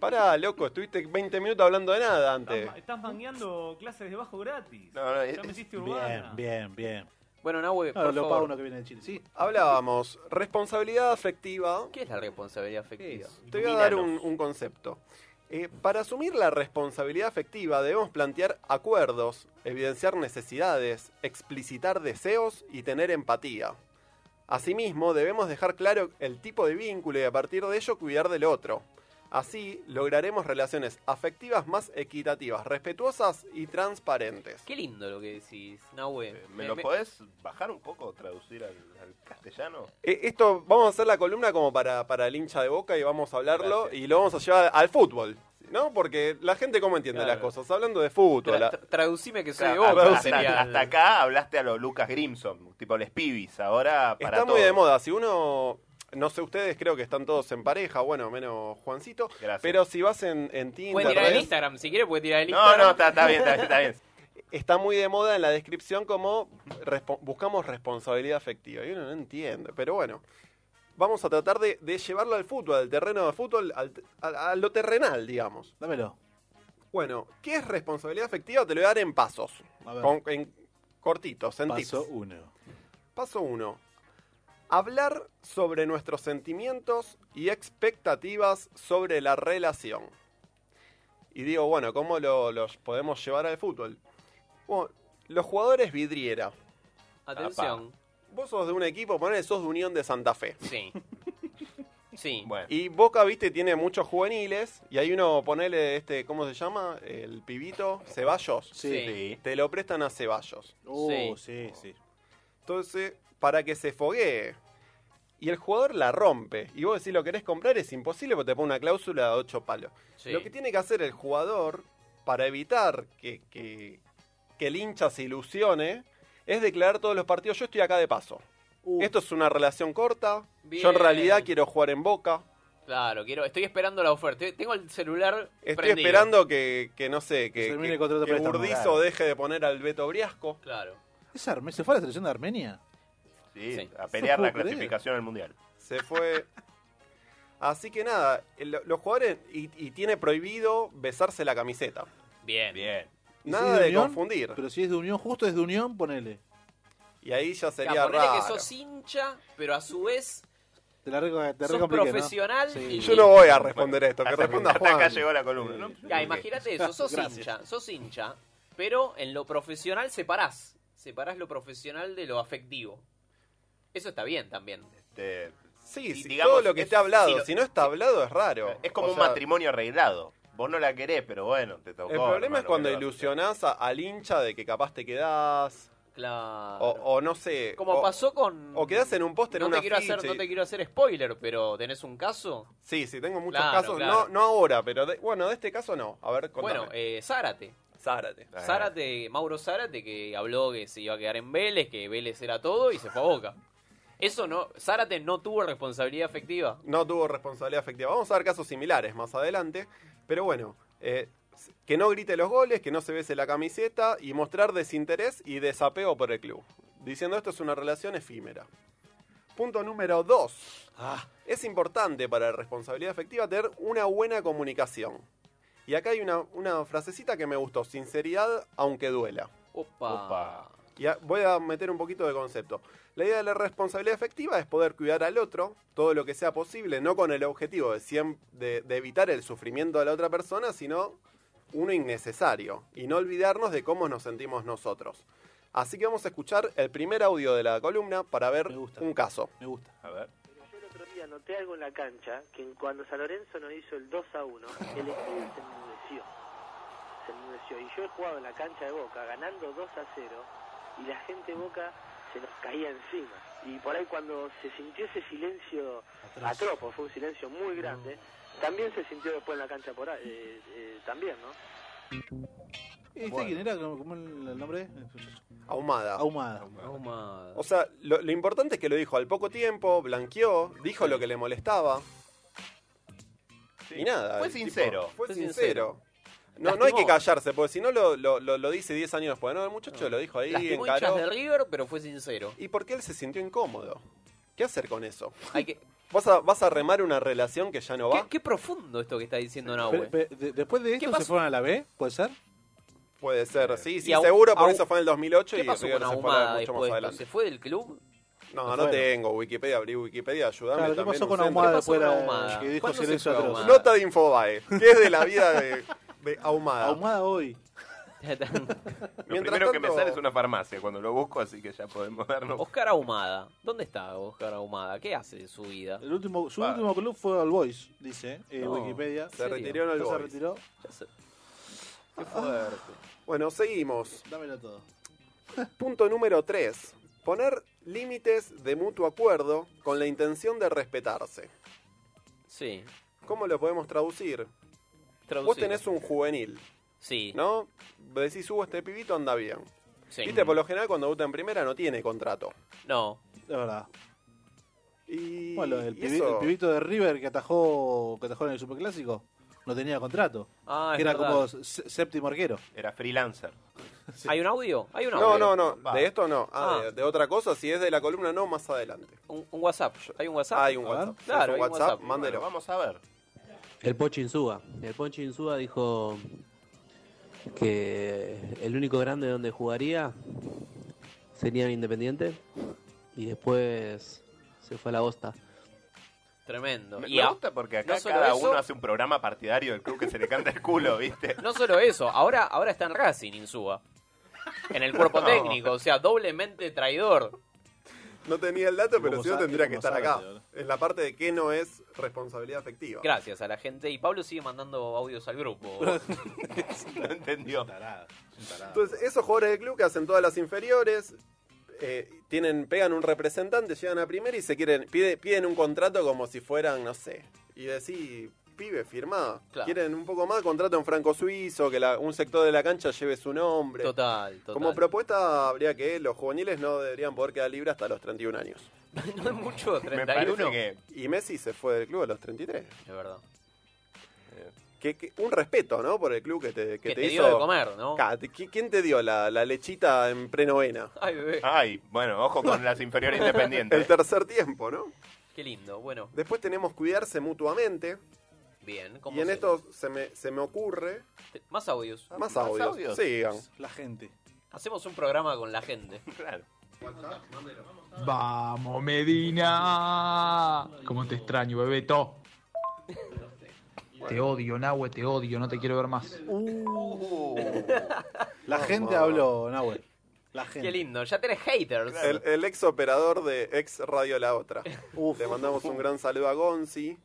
Speaker 12: Pará, loco, estuviste 20 minutos hablando de nada antes.
Speaker 10: Estás, estás mangueando clases de bajo gratis.
Speaker 12: No, no,
Speaker 10: ya
Speaker 12: es-
Speaker 10: metiste urbana.
Speaker 9: Bien, bien.
Speaker 8: Bueno,
Speaker 12: Ah,
Speaker 8: Nahue,
Speaker 9: No,
Speaker 8: por
Speaker 9: lo
Speaker 8: favor.
Speaker 9: pago uno que viene de Chile, sí.
Speaker 12: Hablábamos, responsabilidad afectiva.
Speaker 8: ¿Qué es la responsabilidad afectiva?
Speaker 12: Te voy a dar un, un concepto. Eh, para asumir la responsabilidad afectiva debemos plantear acuerdos, evidenciar necesidades, explicitar deseos y tener empatía. Asimismo, debemos dejar claro el tipo de vínculo y a partir de ello cuidar del otro. Así lograremos relaciones afectivas más equitativas, respetuosas y transparentes.
Speaker 8: Qué lindo lo que decís, Nahue.
Speaker 12: Eh,
Speaker 11: Eh, ¿Me lo podés bajar un poco, traducir al, al castellano?
Speaker 12: Eh, Esto vamos a hacer la columna como para, para el hincha de boca y vamos a hablarlo y lo vamos a llevar al fútbol. ¿No? Porque la gente cómo entiende las cosas. Hablando de fútbol. la-
Speaker 8: Traducime que soy
Speaker 12: Claro,
Speaker 8: vos.
Speaker 12: hasta-
Speaker 8: sería
Speaker 12: hasta-
Speaker 8: el-
Speaker 11: Hasta acá hablaste a los Lucas Grimson, tipo les pibis, ahora para
Speaker 12: Está muy
Speaker 11: todo.
Speaker 12: de moda. Si uno, no sé ustedes, creo que están todos en pareja, bueno, menos Juancito. Pero si vas en, en Tinder...
Speaker 8: Puede tirar el
Speaker 12: ¿ves?
Speaker 8: Instagram, si quiere puede tirar el
Speaker 12: No,
Speaker 8: Instagram.
Speaker 12: no, está- está bien, está bien, está bien. Está muy de moda en la descripción como respo- buscamos responsabilidad afectiva. Y uno no entiende, pero bueno. Vamos a tratar de, de llevarlo al fútbol, al terreno de fútbol, al- a, a lo terrenal, digamos.
Speaker 9: Dámelo.
Speaker 12: Bueno, ¿qué es responsabilidad afectiva? Te lo voy a dar en pasos.
Speaker 9: A ver.
Speaker 12: Con- en cortitos, en tips.
Speaker 9: Paso uno.
Speaker 12: Paso 1. Hablar sobre nuestros sentimientos y expectativas sobre la relación. Y digo, bueno, ¿cómo lo- los podemos llevar al fútbol? Bueno, los jugadores vidriera.
Speaker 8: <laughs> Atención.
Speaker 12: Vos sos de un equipo, ponele, sos de Unión de Santa Fe. <laughs>
Speaker 8: Sí. Sí.
Speaker 12: Y Boca, viste, tiene muchos juveniles. Y hay uno, ponele, este, ¿cómo se llama? El pibito, Ceballos.
Speaker 9: Sí. Sí.
Speaker 12: Te lo prestan a Ceballos.
Speaker 9: Oh, sí, sí.
Speaker 12: Entonces, para que se foguee. Y el jugador la rompe. Y vos decís, lo querés comprar, es imposible porque te pone una cláusula de 8 palos.
Speaker 8: Sí.
Speaker 12: Lo que tiene que hacer el jugador para evitar que, que- que el hincha se ilusione es declarar todos los partidos, yo estoy acá de paso. Esto es una relación corta. Yo en
Speaker 8: Uh. Bien.
Speaker 12: realidad quiero jugar en Boca.
Speaker 8: Claro, quiero, estoy esperando la oferta. Tengo el celular
Speaker 12: Estoy
Speaker 8: prendido.
Speaker 12: esperando que, que, no sé, que,
Speaker 9: termine el
Speaker 12: que,
Speaker 9: contrato
Speaker 12: que
Speaker 9: préstamo,
Speaker 12: Burdizo
Speaker 9: claro.
Speaker 12: deje de poner al Beto Briasco.
Speaker 8: Claro.
Speaker 9: ¿Es Arme- ¿Se fue a la selección de Armenia?
Speaker 11: Sí, a
Speaker 9: No
Speaker 11: pelear
Speaker 9: puedo
Speaker 11: la
Speaker 9: creer.
Speaker 11: clasificación al mundial.
Speaker 12: Se fue. Así que nada, el- los jugadores. Y, y tiene prohibido besarse la camiseta.
Speaker 8: Bien.
Speaker 11: Bien.
Speaker 9: ¿Y
Speaker 12: Nada
Speaker 9: si es
Speaker 12: de confundir.
Speaker 9: Pero si es de Unión, justo es de Unión, ponele.
Speaker 12: Y ahí ya
Speaker 8: O sea,
Speaker 12: sería
Speaker 8: ponele
Speaker 12: raro.
Speaker 8: que sos hincha, pero a su vez
Speaker 9: Te la reco- te
Speaker 8: sos
Speaker 9: recompliqué, ¿no?
Speaker 8: profesional. y-
Speaker 12: Yo no voy a responder esto, que
Speaker 11: hasta-
Speaker 12: responda
Speaker 11: hasta
Speaker 12: Juan.
Speaker 11: acá llegó la columna, ¿no?
Speaker 8: Ya, imagínate eso, sos
Speaker 12: Gracias.
Speaker 8: hincha, sos hincha, pero en lo profesional separás. Separás lo profesional de lo afectivo. Eso está bien también.
Speaker 11: Este,
Speaker 12: Sí,
Speaker 8: Y
Speaker 12: sí,
Speaker 8: digamos,
Speaker 12: todo lo que
Speaker 8: es-
Speaker 12: esté hablado.
Speaker 8: si
Speaker 12: Si
Speaker 8: lo-
Speaker 12: no, está hablado es raro.
Speaker 11: Es como
Speaker 12: O
Speaker 11: un
Speaker 12: sea,
Speaker 11: matrimonio arreglado. Vos no la querés, pero bueno, te tocó.
Speaker 12: El problema
Speaker 11: hermano,
Speaker 12: es cuando
Speaker 11: ¿qué le vas a
Speaker 12: ilusionás a- al hincha de que capaz te quedás.
Speaker 8: Claro.
Speaker 12: O, o no sé.
Speaker 8: Como
Speaker 12: o-
Speaker 8: pasó con.
Speaker 12: O quedás en un póster
Speaker 8: no
Speaker 12: en
Speaker 8: te
Speaker 12: una
Speaker 8: quiero hacer,
Speaker 12: ficha
Speaker 8: No
Speaker 12: y-
Speaker 8: te quiero hacer spoiler, pero ¿tenés un caso?
Speaker 12: Sí, sí, tengo muchos
Speaker 8: Claro,
Speaker 12: casos.
Speaker 8: claro.
Speaker 12: No, no ahora, pero de- bueno, de este caso no. A ver, contame.
Speaker 8: Bueno, eh, Zárate.
Speaker 12: Zárate.
Speaker 8: Zárate, Mauro Zárate, que habló que se iba a quedar en Vélez, que Vélez era todo y se fue a Boca. Eso no, Zárate no tuvo responsabilidad afectiva.
Speaker 12: no tuvo responsabilidad afectiva. Vamos a ver casos similares más adelante, pero bueno, eh, que no grite los goles, que no se bese la camiseta y mostrar desinterés y desapego por el club. Diciendo esto es una relación efímera. Punto número 2. Es importante para la responsabilidad afectiva tener una buena comunicación. Y acá hay una, una frasecita que me gustó, sinceridad aunque duela.
Speaker 8: Opa.
Speaker 12: Y a- voy a meter un poquito de concepto. La idea de la responsabilidad efectiva es poder cuidar al otro todo lo que sea posible, no con el objetivo de, siem- de- de evitar el sufrimiento de la otra persona, sino uno innecesario. Y no olvidarnos de cómo nos sentimos nosotros. Así que vamos a escuchar el primer audio de la columna para ver un caso.
Speaker 9: Me gusta.
Speaker 12: A ver.
Speaker 20: Yo el otro día noté algo en la cancha que cuando San Lorenzo nos hizo el 2 a 1, el estadio se enmudeció. Se enmudeció. Y yo he jugado en la cancha de Boca ganando 2 a 0 y la gente de Boca se nos caía encima. Y por ahí cuando se sintió ese silencio
Speaker 21: Atroz.
Speaker 20: atropo, fue un silencio muy grande, también se sintió después en la cancha por ahí, eh, eh, también, ¿no?
Speaker 9: ¿Este
Speaker 20: Bueno.
Speaker 9: quién era? ¿Cómo cómo el el nombre?
Speaker 12: Ahumada.
Speaker 9: Ahumada.
Speaker 8: Ahumada.
Speaker 12: O sea, lo, lo importante es que lo dijo al poco tiempo, blanqueó, dijo lo que le molestaba. Y nada.
Speaker 11: Fue
Speaker 12: el tipo-
Speaker 11: sincero.
Speaker 12: fue
Speaker 11: Fue
Speaker 12: sincero.
Speaker 11: sincero.
Speaker 12: No, no hay que
Speaker 11: Lastimó.
Speaker 12: callarse, porque si no lo, lo- lo- lo dice 10 años después. No, el muchacho lo dijo ahí,
Speaker 8: Lastimó hinchas
Speaker 12: encaró.
Speaker 8: de River, pero fue sincero.
Speaker 12: ¿Y por qué él se sintió incómodo? ¿Qué hacer con eso?
Speaker 8: Hay que...
Speaker 12: ¿Vas, a, ¿Vas a remar una relación que ya no va?
Speaker 8: Qué, qué profundo esto que está diciendo Nahue.
Speaker 9: Pero- pero de- después de esto se fueron a la B, ¿puede ser?
Speaker 12: Puede
Speaker 9: Eh,
Speaker 12: ser, sí, sí,
Speaker 8: Y Ahu-
Speaker 12: seguro, por
Speaker 8: Ahu-
Speaker 12: eso fue en el 2008
Speaker 8: ¿Qué
Speaker 12: y
Speaker 8: pasó
Speaker 12: River
Speaker 8: con
Speaker 12: se fue
Speaker 8: Ahumada
Speaker 12: mucho
Speaker 8: después?
Speaker 12: más
Speaker 8: de esto?
Speaker 12: adelante.
Speaker 8: ¿Se fue del club? <laughs>
Speaker 12: No,
Speaker 8: Se
Speaker 12: no
Speaker 8: fue.
Speaker 12: tengo Wikipedia, abrí Wikipedia, ayúdame
Speaker 9: Claro, ¿qué
Speaker 12: también.
Speaker 9: pasó
Speaker 12: un
Speaker 9: con
Speaker 12: centro.
Speaker 9: Ahumada ¿Qué pasó con después de-
Speaker 8: Ahumada? que dijo ¿Cuándo se silencio fue atroz? Ahumada?
Speaker 12: Nota de Infobae, que es de la vida de, de Ahumada.
Speaker 9: Ahumada hoy.
Speaker 11: Lo primero que me sale es una farmacia cuando lo busco, así que ya podemos darnos.
Speaker 8: Oscar Ahumada. ¿Dónde está Oscar Ahumada? ¿Qué hace de su vida?
Speaker 9: El último, su último club fue All Boys, dice eh,
Speaker 8: No,
Speaker 9: Wikipedia.
Speaker 8: ¿en Se serio? retiró en All
Speaker 9: Ya
Speaker 12: Boys.
Speaker 9: Se retiró.
Speaker 12: Qué fuerte. Bueno, seguimos.
Speaker 9: Dámelo todo.
Speaker 12: Punto número 3. Poner límites de mutuo acuerdo con la intención de respetarse.
Speaker 8: Sí.
Speaker 12: ¿Cómo lo podemos traducir? Vos tenés un juvenil.
Speaker 8: Sí.
Speaker 12: ¿No? Decís, hubo este pibito, anda bien.
Speaker 8: Sí.
Speaker 12: Viste, por lo general, cuando debuta en primera no tiene contrato.
Speaker 8: No.
Speaker 9: De verdad.
Speaker 12: Y,
Speaker 9: Bueno, el,
Speaker 12: y
Speaker 9: pibi-
Speaker 12: eso-
Speaker 9: el pibito de River que atajó, que atajó en el Superclásico no tenía contrato.
Speaker 8: Ah, es
Speaker 9: que era
Speaker 8: verdad.
Speaker 9: como s- séptimo arquero.
Speaker 11: Era freelancer.
Speaker 8: ¿Hay un audio? ¿Hay un
Speaker 12: No,
Speaker 8: audio?
Speaker 12: no, no.
Speaker 8: Va.
Speaker 12: De esto no. Ah,
Speaker 8: Ah.
Speaker 12: De, de otra cosa. Si es de la columna, no, más adelante.
Speaker 8: Un, un WhatsApp. ¿Hay un WhatsApp?
Speaker 12: Hay un
Speaker 8: A ver.
Speaker 12: WhatsApp.
Speaker 8: Claro,
Speaker 12: Es
Speaker 8: hay
Speaker 12: un
Speaker 8: un
Speaker 12: WhatsApp,
Speaker 8: WhatsApp.
Speaker 12: mándelo.
Speaker 8: Bueno,
Speaker 11: Vamos a ver.
Speaker 15: El Pocho Insúa. El Pocho Insúa dijo que el único grande donde jugaría sería en Independiente y después se fue a la bosta.
Speaker 8: Tremendo.
Speaker 11: Me,
Speaker 8: Y
Speaker 11: me
Speaker 8: a-
Speaker 11: gusta porque acá
Speaker 8: no solo
Speaker 11: cada
Speaker 8: eso-
Speaker 11: uno hace un programa partidario del club que se le canta el culo, ¿viste? <laughs>
Speaker 8: No solo eso, ahora, ahora está en Racing, Insúa. En el cuerpo
Speaker 11: No.
Speaker 8: técnico, o sea, doblemente traidor.
Speaker 12: No tenía el dato, pero si no
Speaker 8: sabe-
Speaker 12: tendría que
Speaker 8: cómo
Speaker 12: estar
Speaker 8: sabe,
Speaker 12: acá.
Speaker 8: boludo?
Speaker 12: Es la parte de que no es responsabilidad afectiva.
Speaker 8: Gracias a la gente. Y Pablo sigue mandando audios al grupo.
Speaker 11: no entendió.
Speaker 12: Entonces, esos jugadores del club que hacen todas las inferiores, eh, tienen, pegan un representante, llegan a primera y se quieren, pide- piden un contrato como si fueran, no sé, y decís, pibe, firmá.
Speaker 8: Claro.
Speaker 12: Quieren un poco más, contrato en franco suizo, que la- un sector de la cancha lleve su nombre.
Speaker 8: Total, total.
Speaker 12: Como propuesta habría que los juveniles no deberían poder quedar libres hasta los 31 años.
Speaker 8: <laughs> no es mucho,
Speaker 12: Me
Speaker 8: 31.
Speaker 12: parece que- Y Messi se fue del club a los 33.
Speaker 8: Es verdad.
Speaker 12: Que, que- un respeto, ¿no? Por el club que te,
Speaker 8: Que
Speaker 12: que te
Speaker 8: te
Speaker 12: hizo.
Speaker 8: dio de comer, ¿no?
Speaker 12: Ca- te- ¿qui- ¿Quién te dio la, la lechita en prenovena?
Speaker 8: Ay, bebé.
Speaker 12: Ah.
Speaker 11: Ay, bueno, ojo con las inferiores independientes.
Speaker 8: <laughs>
Speaker 12: El tercer tiempo, ¿no?
Speaker 8: Qué lindo. Bueno,
Speaker 12: Después tenemos cuidarse mutuamente.
Speaker 8: bien. ¿cómo
Speaker 12: Y en
Speaker 8: se-
Speaker 12: esto se me, se me ocurre
Speaker 8: te- Más audios.
Speaker 12: más, audios. Sigan.
Speaker 9: La gente.
Speaker 8: Hacemos un programa con la gente.
Speaker 11: Claro.
Speaker 21: Vamos, Medina. ¿Cómo te extraño, Bebeto? Te odio, Nahue, te odio, no te quiero ver más.
Speaker 11: Uh,
Speaker 9: La gente habló, Nahuel. La gente.
Speaker 8: Qué lindo. Ya tenés haters.
Speaker 12: El, el ex operador de ex Radio La Otra. Le mandamos un gran saludo a Gonzi.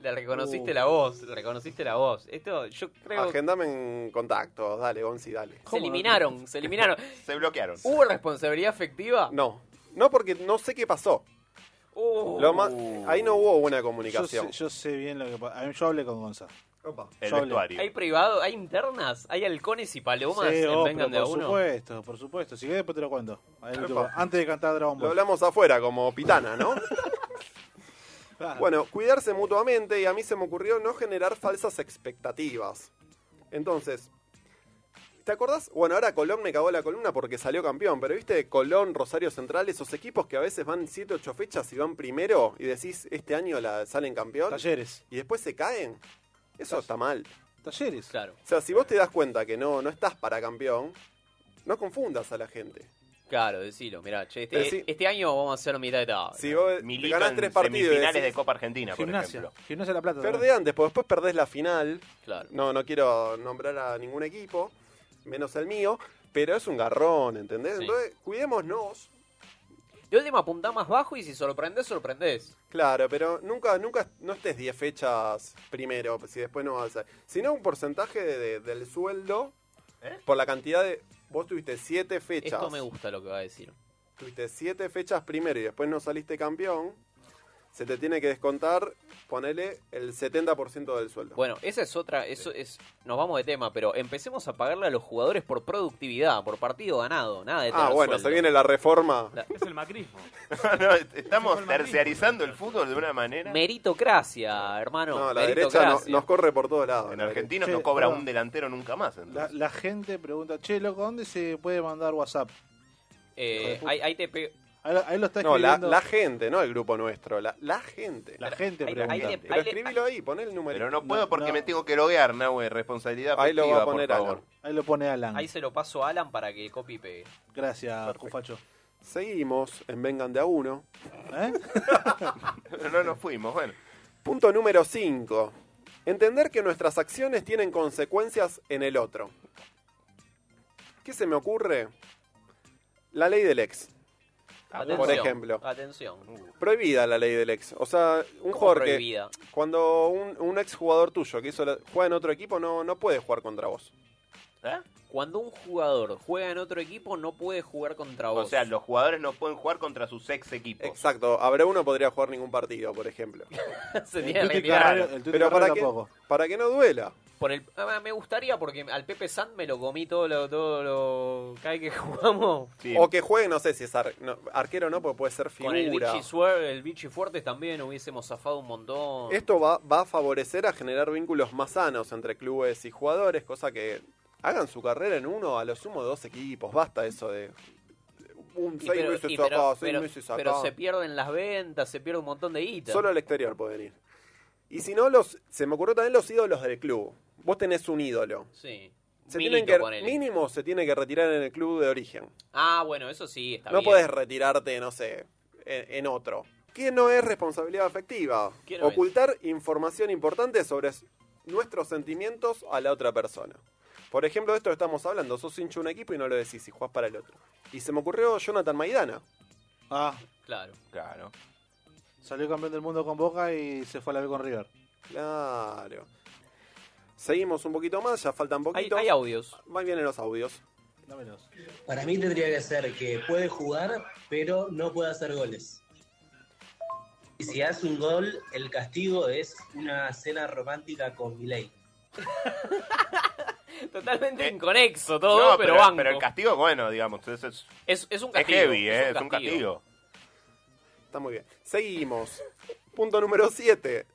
Speaker 8: Le reconociste
Speaker 12: Uh.
Speaker 8: la voz. Le reconociste la voz. Esto, yo creo que
Speaker 12: Agendame en contacto. Dale, Gonzi, dale.
Speaker 8: se eliminaron. Se
Speaker 12: <laughs>
Speaker 8: eliminaron.
Speaker 11: Se bloquearon.
Speaker 8: ¿Hubo responsabilidad afectiva?
Speaker 12: Uh. No. No, porque no sé qué pasó.
Speaker 8: Uh.
Speaker 12: Lo ma- ahí no hubo buena
Speaker 9: Yo
Speaker 12: comunicación.
Speaker 9: sé, yo sé bien lo que pasa. Yo hablé con Gonzalo.
Speaker 12: El
Speaker 9: Yo hablé.
Speaker 12: vestuario.
Speaker 8: ¿Hay privado? ¿Hay internas? ¿Hay halcones y palomas
Speaker 9: Sí,
Speaker 8: en
Speaker 9: oh,
Speaker 8: Vengan de
Speaker 9: pero
Speaker 8: a
Speaker 9: por
Speaker 8: uno?
Speaker 9: supuesto, por supuesto. Si querés, después te lo cuento. Ahí lo
Speaker 12: Epa.
Speaker 9: tengo. Antes de cantar Dragon
Speaker 12: Lo
Speaker 9: Ball.
Speaker 12: hablamos afuera, como
Speaker 11: <laughs>
Speaker 12: pitana, ¿no? Bueno, cuidarse mutuamente y a mí se me ocurrió no generar falsas expectativas. Entonces, ¿te acordás? Bueno, ahora Colón me cagó la columna porque salió campeón, pero viste Colón, Rosario Central, esos equipos que a veces van 7, 8 fechas y van primero y decís, este año la salen campeón.
Speaker 9: Talleres.
Speaker 12: Y después se caen. Eso está mal.
Speaker 9: Talleres.
Speaker 8: Claro.
Speaker 12: O sea, si vos te das cuenta que no, no estás para campeón, no confundas a la gente.
Speaker 8: Claro, decilo. Mirá, che, este,
Speaker 12: Decí-
Speaker 8: este año vamos a hacer mitad de tabla.
Speaker 12: Si vos te
Speaker 11: Milito
Speaker 12: ganás
Speaker 11: en
Speaker 12: tres partidos y
Speaker 11: semifinales
Speaker 12: decís-
Speaker 11: de Copa Argentina, por
Speaker 9: Gimnasia.
Speaker 11: ejemplo. <laughs>
Speaker 9: Gimnasia de la Plata.
Speaker 12: Perdés antes, porque después perdés la final.
Speaker 8: Claro.
Speaker 12: No, no quiero nombrar a ningún equipo, menos el mío, pero es un garrón, ¿entendés?
Speaker 8: Sí.
Speaker 12: Entonces, cuidémonos.
Speaker 8: De última apuntá más bajo y si sorprendés, sorprendés.
Speaker 12: Claro, pero nunca, nunca, no estés 10 fechas primero, si después no vas a... Sino un porcentaje de- de- del sueldo por la cantidad de... Vos tuviste 7 fechas.
Speaker 8: ¿Eh? Esto me gusta lo que va a decir.
Speaker 12: Tuviste 7 fechas primero y después no saliste campeón. Se te tiene que descontar, ponele el 70% del sueldo.
Speaker 8: Bueno, esa es otra, eso es, nos vamos de tema, pero empecemos a pagarle a los jugadores por productividad, por partido ganado, nada de
Speaker 12: ah,
Speaker 8: tener
Speaker 12: bueno,
Speaker 8: sueldo.
Speaker 12: se viene la reforma.
Speaker 8: Es el macrismo.
Speaker 11: No, estamos terciarizando el fútbol de una manera.
Speaker 8: Meritocracia, hermano.
Speaker 12: No, la derecha
Speaker 8: meritocracia.
Speaker 12: no- nos corre por todos lados.
Speaker 11: En
Speaker 12: la
Speaker 11: argentinos
Speaker 12: derecha.
Speaker 11: no cobra un delantero nunca más.
Speaker 9: La,
Speaker 11: entonces.
Speaker 9: la gente pregunta, che, loco, ¿dónde se puede mandar WhatsApp? Hijo de
Speaker 8: Eh,
Speaker 9: puta.
Speaker 8: ahí, ahí te pe-
Speaker 9: Ahí, lo- ahí lo está
Speaker 12: No, la,
Speaker 9: escribiendo.
Speaker 12: la gente, no el grupo nuestro, la, la gente.
Speaker 9: La gente
Speaker 8: Ahí- ahí pregunta. le-
Speaker 12: Pero
Speaker 8: ahí le-
Speaker 12: escribilo ahí, pon el número.
Speaker 11: Pero no puedo porque me tengo que loguear, Nahue. Responsabilidad
Speaker 12: Ahí lo va a
Speaker 11: afectiva,
Speaker 12: poner
Speaker 11: por favor.
Speaker 12: Alan.
Speaker 9: Ahí lo pone Alan.
Speaker 8: ahí se lo paso a Alan para que copie y pegue.
Speaker 9: Gracias, Cufacho.
Speaker 12: Seguimos en Vengan de a uno.
Speaker 9: ¿Eh?
Speaker 11: Pero no nos fuimos, bueno.
Speaker 12: Punto número 5. Entender que nuestras acciones tienen consecuencias en el otro. ¿Qué se me ocurre? La ley del ex. Por ejemplo.
Speaker 8: Atención.
Speaker 12: Prohibida la ley del ex. O sea, un
Speaker 8: ¿Cómo
Speaker 12: jugador que.
Speaker 8: prohibida?
Speaker 12: Cuando un, un ex jugador tuyo que hizo la- juega en otro equipo, no, no puede jugar contra vos.
Speaker 8: ¿Eh?
Speaker 11: ¿Ah?
Speaker 8: Cuando un jugador juega en otro equipo, no puede jugar contra vos.
Speaker 11: O
Speaker 8: <laughs>
Speaker 11: sea, los jugadores no pueden jugar contra sus ex equipos.
Speaker 12: Exacto. Habrá uno podría jugar ningún partido,
Speaker 8: <laughs>
Speaker 12: por ejemplo.
Speaker 8: Sería la idea.
Speaker 12: Pero para que, para que no duela.
Speaker 8: Por el, ah, me gustaría porque al Pepe Sand me lo comí todo lo, todo lo- cada vez que <laughs> jugamos.
Speaker 12: O que juegue, no sé si es ar- no, arquero no, porque puede ser
Speaker 8: Con el
Speaker 12: figura.
Speaker 8: Vichy, Suer- el Vichy Fuertes también hubiésemos zafado un montón.
Speaker 12: Esto va, va a favorecer a generar vínculos más sanos entre clubes y jugadores, cosa que hagan su carrera en uno, a lo sumo dos equipos. Basta eso de un
Speaker 8: Y
Speaker 12: seis
Speaker 8: pero-
Speaker 12: meses
Speaker 8: y
Speaker 12: acá,
Speaker 8: pero-
Speaker 12: seis
Speaker 8: pero-
Speaker 12: meses acá.
Speaker 8: pero se pierden las ventas, se pierde un montón de guita.
Speaker 12: Solo al exterior pueden ir. Y si no, los, se me ocurrió también los ídolos del club. Vos tenés un ídolo.
Speaker 8: Sí.
Speaker 12: Se
Speaker 8: Milito,
Speaker 12: tienen que,
Speaker 8: ponele.
Speaker 12: mínimo se tiene que retirar en el club de origen.
Speaker 8: Ah, bueno, eso sí, está
Speaker 12: no
Speaker 8: bien.
Speaker 12: podés retirarte, no sé, en, en otro. Que no es responsabilidad afectiva.
Speaker 8: ¿Qué no es?
Speaker 12: Ocultar información importante sobre s- nuestros sentimientos a la otra persona. Por ejemplo, de esto que estamos hablando. Sos hincha de un equipo y no lo decís y jugás para el otro. Y se me ocurrió Jonathan Maidana.
Speaker 9: Ah,
Speaker 8: Claro.
Speaker 11: Claro.
Speaker 9: salió campeón del mundo con Boca y se fue a la B con River.
Speaker 12: Claro. Seguimos un poquito más, ya faltan poquitos.
Speaker 8: hay audios.
Speaker 12: Más vienen los audios.
Speaker 1: Para mí tendría que ser que puede jugar, pero no puede hacer goles. Y si hace un gol, el castigo es una cena romántica con Milei.
Speaker 8: <laughs> Totalmente inconexo todo,
Speaker 11: No,
Speaker 8: pero, banco.
Speaker 11: Pero el castigo, bueno, digamos. Es, es,
Speaker 8: es, es un
Speaker 11: es
Speaker 8: castigo.
Speaker 11: heavy, ¿eh? Es un castigo.
Speaker 12: Está muy bien. Seguimos. Punto número 7.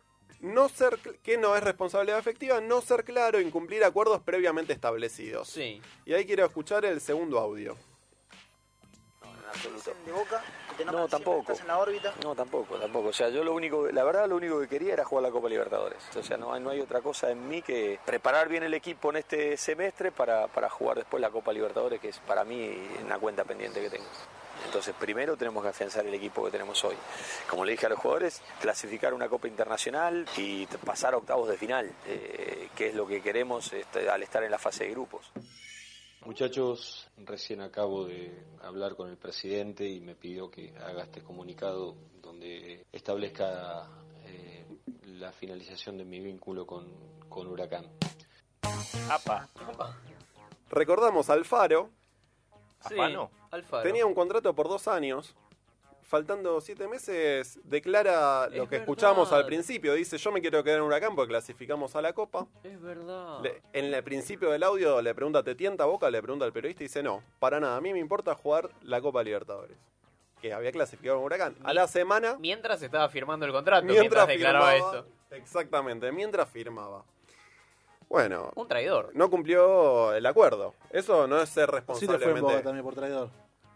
Speaker 12: No ser cl- que no es responsabilidad afectiva, no ser claro, incumplir acuerdos previamente establecidos.
Speaker 8: Sí.
Speaker 12: Y ahí quiero escuchar el segundo audio.
Speaker 22: de Boca, no, tampoco. No, tampoco, tampoco. O sea, yo lo único, la verdad, lo único que quería era jugar la Copa Libertadores. O sea, no hay, no hay otra cosa en mí que preparar bien el equipo en este semestre para, para jugar después la Copa Libertadores, que es para mí una cuenta pendiente que tengo. Entonces, primero tenemos que afianzar el equipo que tenemos hoy. Como le dije a los jugadores, clasificar una Copa Internacional y t- pasar a octavos de final, eh, que es lo que queremos este, al estar en la fase de grupos.
Speaker 23: Muchachos, recién acabo de hablar con el presidente y me pidió que haga este comunicado donde establezca eh, la finalización de mi vínculo con, con Huracán.
Speaker 11: Apa.
Speaker 12: Recordamos a Alfaro.
Speaker 8: Sí, Afano. Alfaro.
Speaker 12: Tenía un contrato por dos años. Faltando siete meses, declara lo que escuchamos
Speaker 8: verdad.
Speaker 12: al principio. Dice, yo me quiero quedar en Huracán porque clasificamos a la Copa.
Speaker 8: Es verdad.
Speaker 12: Le- en el principio del audio le pregunta, ¿te tienta Boca? Le pregunta al periodista y dice, no, para nada, a mí me importa jugar la Copa Libertadores. Que había clasificado a Huracán. A la semana...
Speaker 8: Mientras estaba firmando el contrato, mientras, declaraba
Speaker 12: firmaba-
Speaker 8: eso.
Speaker 12: Exactamente, mientras firmaba. Bueno,
Speaker 8: Un traidor.
Speaker 12: no cumplió el acuerdo. Eso no es ser
Speaker 9: Sí te fue en Boca
Speaker 12: responsablemente...
Speaker 9: también eh. por traidor.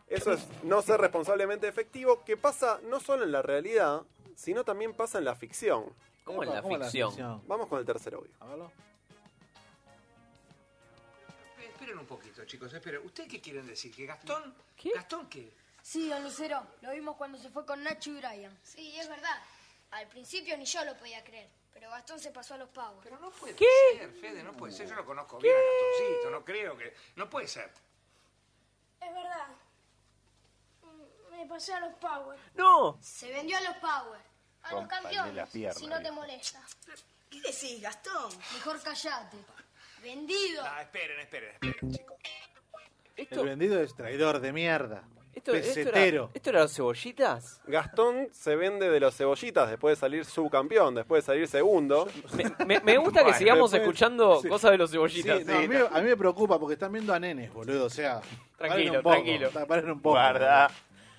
Speaker 12: Eso es no ser responsablemente efectivo, que pasa no solo en la realidad, sino también pasa en la ficción.
Speaker 8: ¿Cómo en la ¿cómo en la ficción? ficción?
Speaker 12: Vamos con el tercer audio.
Speaker 24: Esperen un poquito, chicos, esperen. ¿Ustedes qué quieren decir? ¿Que Gastón? ¿Gastón qué?
Speaker 25: Sí, don Lucero, lo vimos cuando se fue con Nacho y Brian.
Speaker 26: Sí, es verdad. Al principio ni yo lo podía creer, pero Gastón se pasó a los pavos. Pero no fue.
Speaker 25: ¿Qué? ser,
Speaker 26: Fede, no puede ser. Yo lo conozco bien a Gastoncito, no creo que... No puede ser. Es verdad. Mm, Me pasé a los Power.
Speaker 8: ¡No!
Speaker 26: Se vendió a los Power. A los
Speaker 11: Rómpale la
Speaker 26: campeones,
Speaker 11: pierna,
Speaker 26: si no te
Speaker 11: viejo.
Speaker 26: molesta. ¿Qué decís, Gastón? Mejor callate. Vendido.
Speaker 24: Ah, esperen, esperen, esperen, chicos.
Speaker 9: El vendido es traidor de mierda.
Speaker 26: Esto-
Speaker 8: esto era-
Speaker 9: Pesetero.
Speaker 8: ¿Esto era los cebollitas?
Speaker 12: Gastón se vende de los cebollitas después de salir subcampeón, después de salir segundo.
Speaker 8: Me, me gusta que
Speaker 12: Bueno,
Speaker 8: sigamos
Speaker 12: después-
Speaker 8: escuchando
Speaker 12: sí.
Speaker 8: cosas de los
Speaker 9: Sí,
Speaker 8: cebollitas.
Speaker 9: no, a, mí, a mí me preocupa porque están viendo a nenes, boludo. O sea, paren un poco, ta- paren un poco.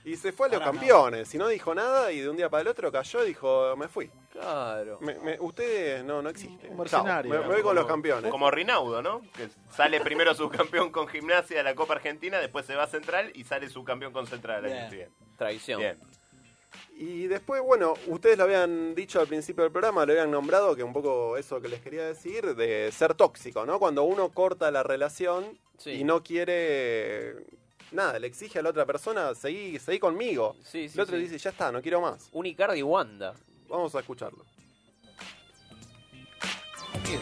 Speaker 12: Y se fue a los
Speaker 9: Pará,
Speaker 12: campeones, y no dijo nada, y de un día para el otro cayó y dijo, me fui.
Speaker 8: Claro.
Speaker 12: Me- me- ustedes no, no existen.
Speaker 11: Un
Speaker 9: mercenario.
Speaker 12: Chao, me- me voy con los campeones.
Speaker 11: Como Rinaudo, ¿no? Que sale primero subcampeón con Gimnasia de la Copa Argentina, después se va a Central y sale subcampeón con Central. el año
Speaker 12: Bien.
Speaker 11: siguiente.
Speaker 8: Traición.
Speaker 11: Bien.
Speaker 12: Y después, bueno, ustedes lo habían dicho al principio del programa, lo habían nombrado, que un poco eso que les quería decir, de ser tóxico, ¿no? Cuando uno corta la relación
Speaker 8: Sí.
Speaker 12: y no quiere... Nada, le exige a la otra persona, seguí, seguí conmigo.
Speaker 8: Sí, sí,
Speaker 12: el otro
Speaker 8: sí.
Speaker 12: dice, ya está, no quiero más.
Speaker 8: Un Icardi y Wanda.
Speaker 12: Vamos a escucharlo.
Speaker 24: ¿Qué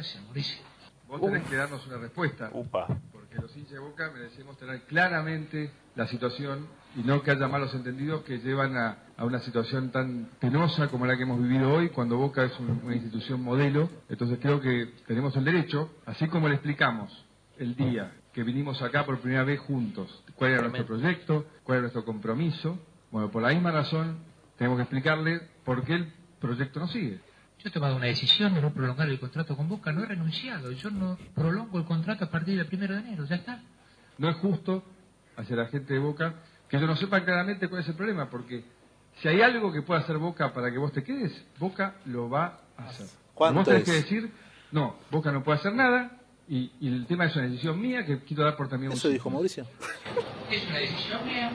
Speaker 24: haces, Mauricio?
Speaker 2: Vos tenés que darnos una respuesta. Porque los hinchas de Boca merecemos tener claramente la situación y no que haya malos entendidos que llevan a, a una situación tan penosa como la que hemos vivido hoy, cuando Boca es un- una institución modelo. Entonces creo que tenemos el derecho, así como le explicamos el día que vinimos acá por primera vez juntos, cuál era nuestro proyecto, cuál era nuestro compromiso. Bueno, por la misma razón tenemos que explicarle por qué el proyecto no sigue.
Speaker 3: Yo he tomado una decisión de no prolongar el contrato con Boca, no he renunciado, yo no prolongo el contrato a partir del primero de enero, ya está.
Speaker 2: No es justo hacia la gente de Boca que ellos no sepan claramente cuál es el problema, porque si hay algo que pueda hacer Boca para que vos te quedes, Boca lo va a hacer.
Speaker 12: ¿Cuánto
Speaker 2: vos tenés
Speaker 12: es?
Speaker 2: que decir, no, Boca no puede hacer nada y, y el tema es una decisión mía que quiero dar por también.
Speaker 9: Eso dijo Mauricio.
Speaker 3: Es una decisión mía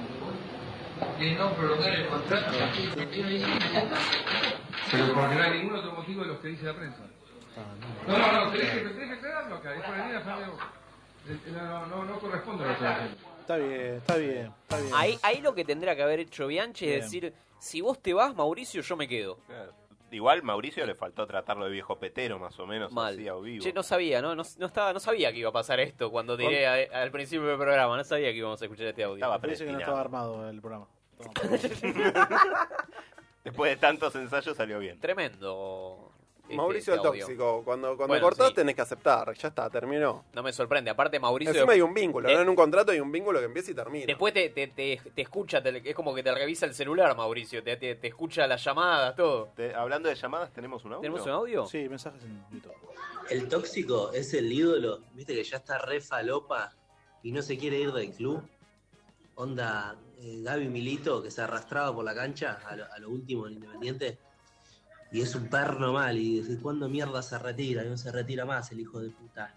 Speaker 3: de no prolongar el contrato a partir del primero de enero, ya está.
Speaker 2: Pero porque no hay ningún otro motivo de los que dice la prensa. No, no, no, tenés que, tenés que aclararlo acá, es por el bien de la familia de Boca. Eh, No, no, no corresponde a lo que está diciendo.
Speaker 9: Está bien, Eh, está bien, está bien.
Speaker 8: Ahí, ahí lo que tendría que haber hecho Bianchi
Speaker 9: Bien.
Speaker 8: es decir, si vos te vas, Mauricio, yo me quedo.
Speaker 11: Igual Mauricio le faltó tratarlo de viejo petero, más o menos,
Speaker 8: Mal.
Speaker 11: así a vivo.
Speaker 8: Che, no sabía, ¿no? No, no estaba, no sabía que iba a pasar esto cuando tiré a- al principio del programa. No sabía que íbamos a escuchar este audio.
Speaker 9: Parece que no estaba armado el programa.
Speaker 11: Después de tantos ensayos salió bien.
Speaker 8: Tremendo. este-
Speaker 12: Mauricio
Speaker 8: este
Speaker 12: el
Speaker 8: audio.
Speaker 12: tóxico. Cuando, cuando
Speaker 8: Bueno,
Speaker 12: cortás
Speaker 8: sí.
Speaker 12: tenés que aceptar. Ya está, terminó.
Speaker 8: No me sorprende. Aparte, Mauricio.
Speaker 12: Encima hay un vínculo.
Speaker 8: Eh,
Speaker 12: ¿no? En un contrato hay un vínculo que empieza y termina.
Speaker 8: Después te, te, te, te escucha, te- es como que te revisa el celular, Mauricio. Te, te, te escucha las llamadas, todo.
Speaker 11: hablando de llamadas, ¿tenemos un audio?
Speaker 8: ¿Tenemos un audio?
Speaker 9: Sí, mensajes en YouTube.
Speaker 1: El tóxico es el ídolo, viste que ya está re falopa y no se quiere ir del club. Onda eh, Gaby Milito, que se arrastraba por la cancha a lo, a lo último en Independiente. Y es un perno mal. Y decís, ¿cuándo mierda se retira? Y no se retira más el hijo de puta.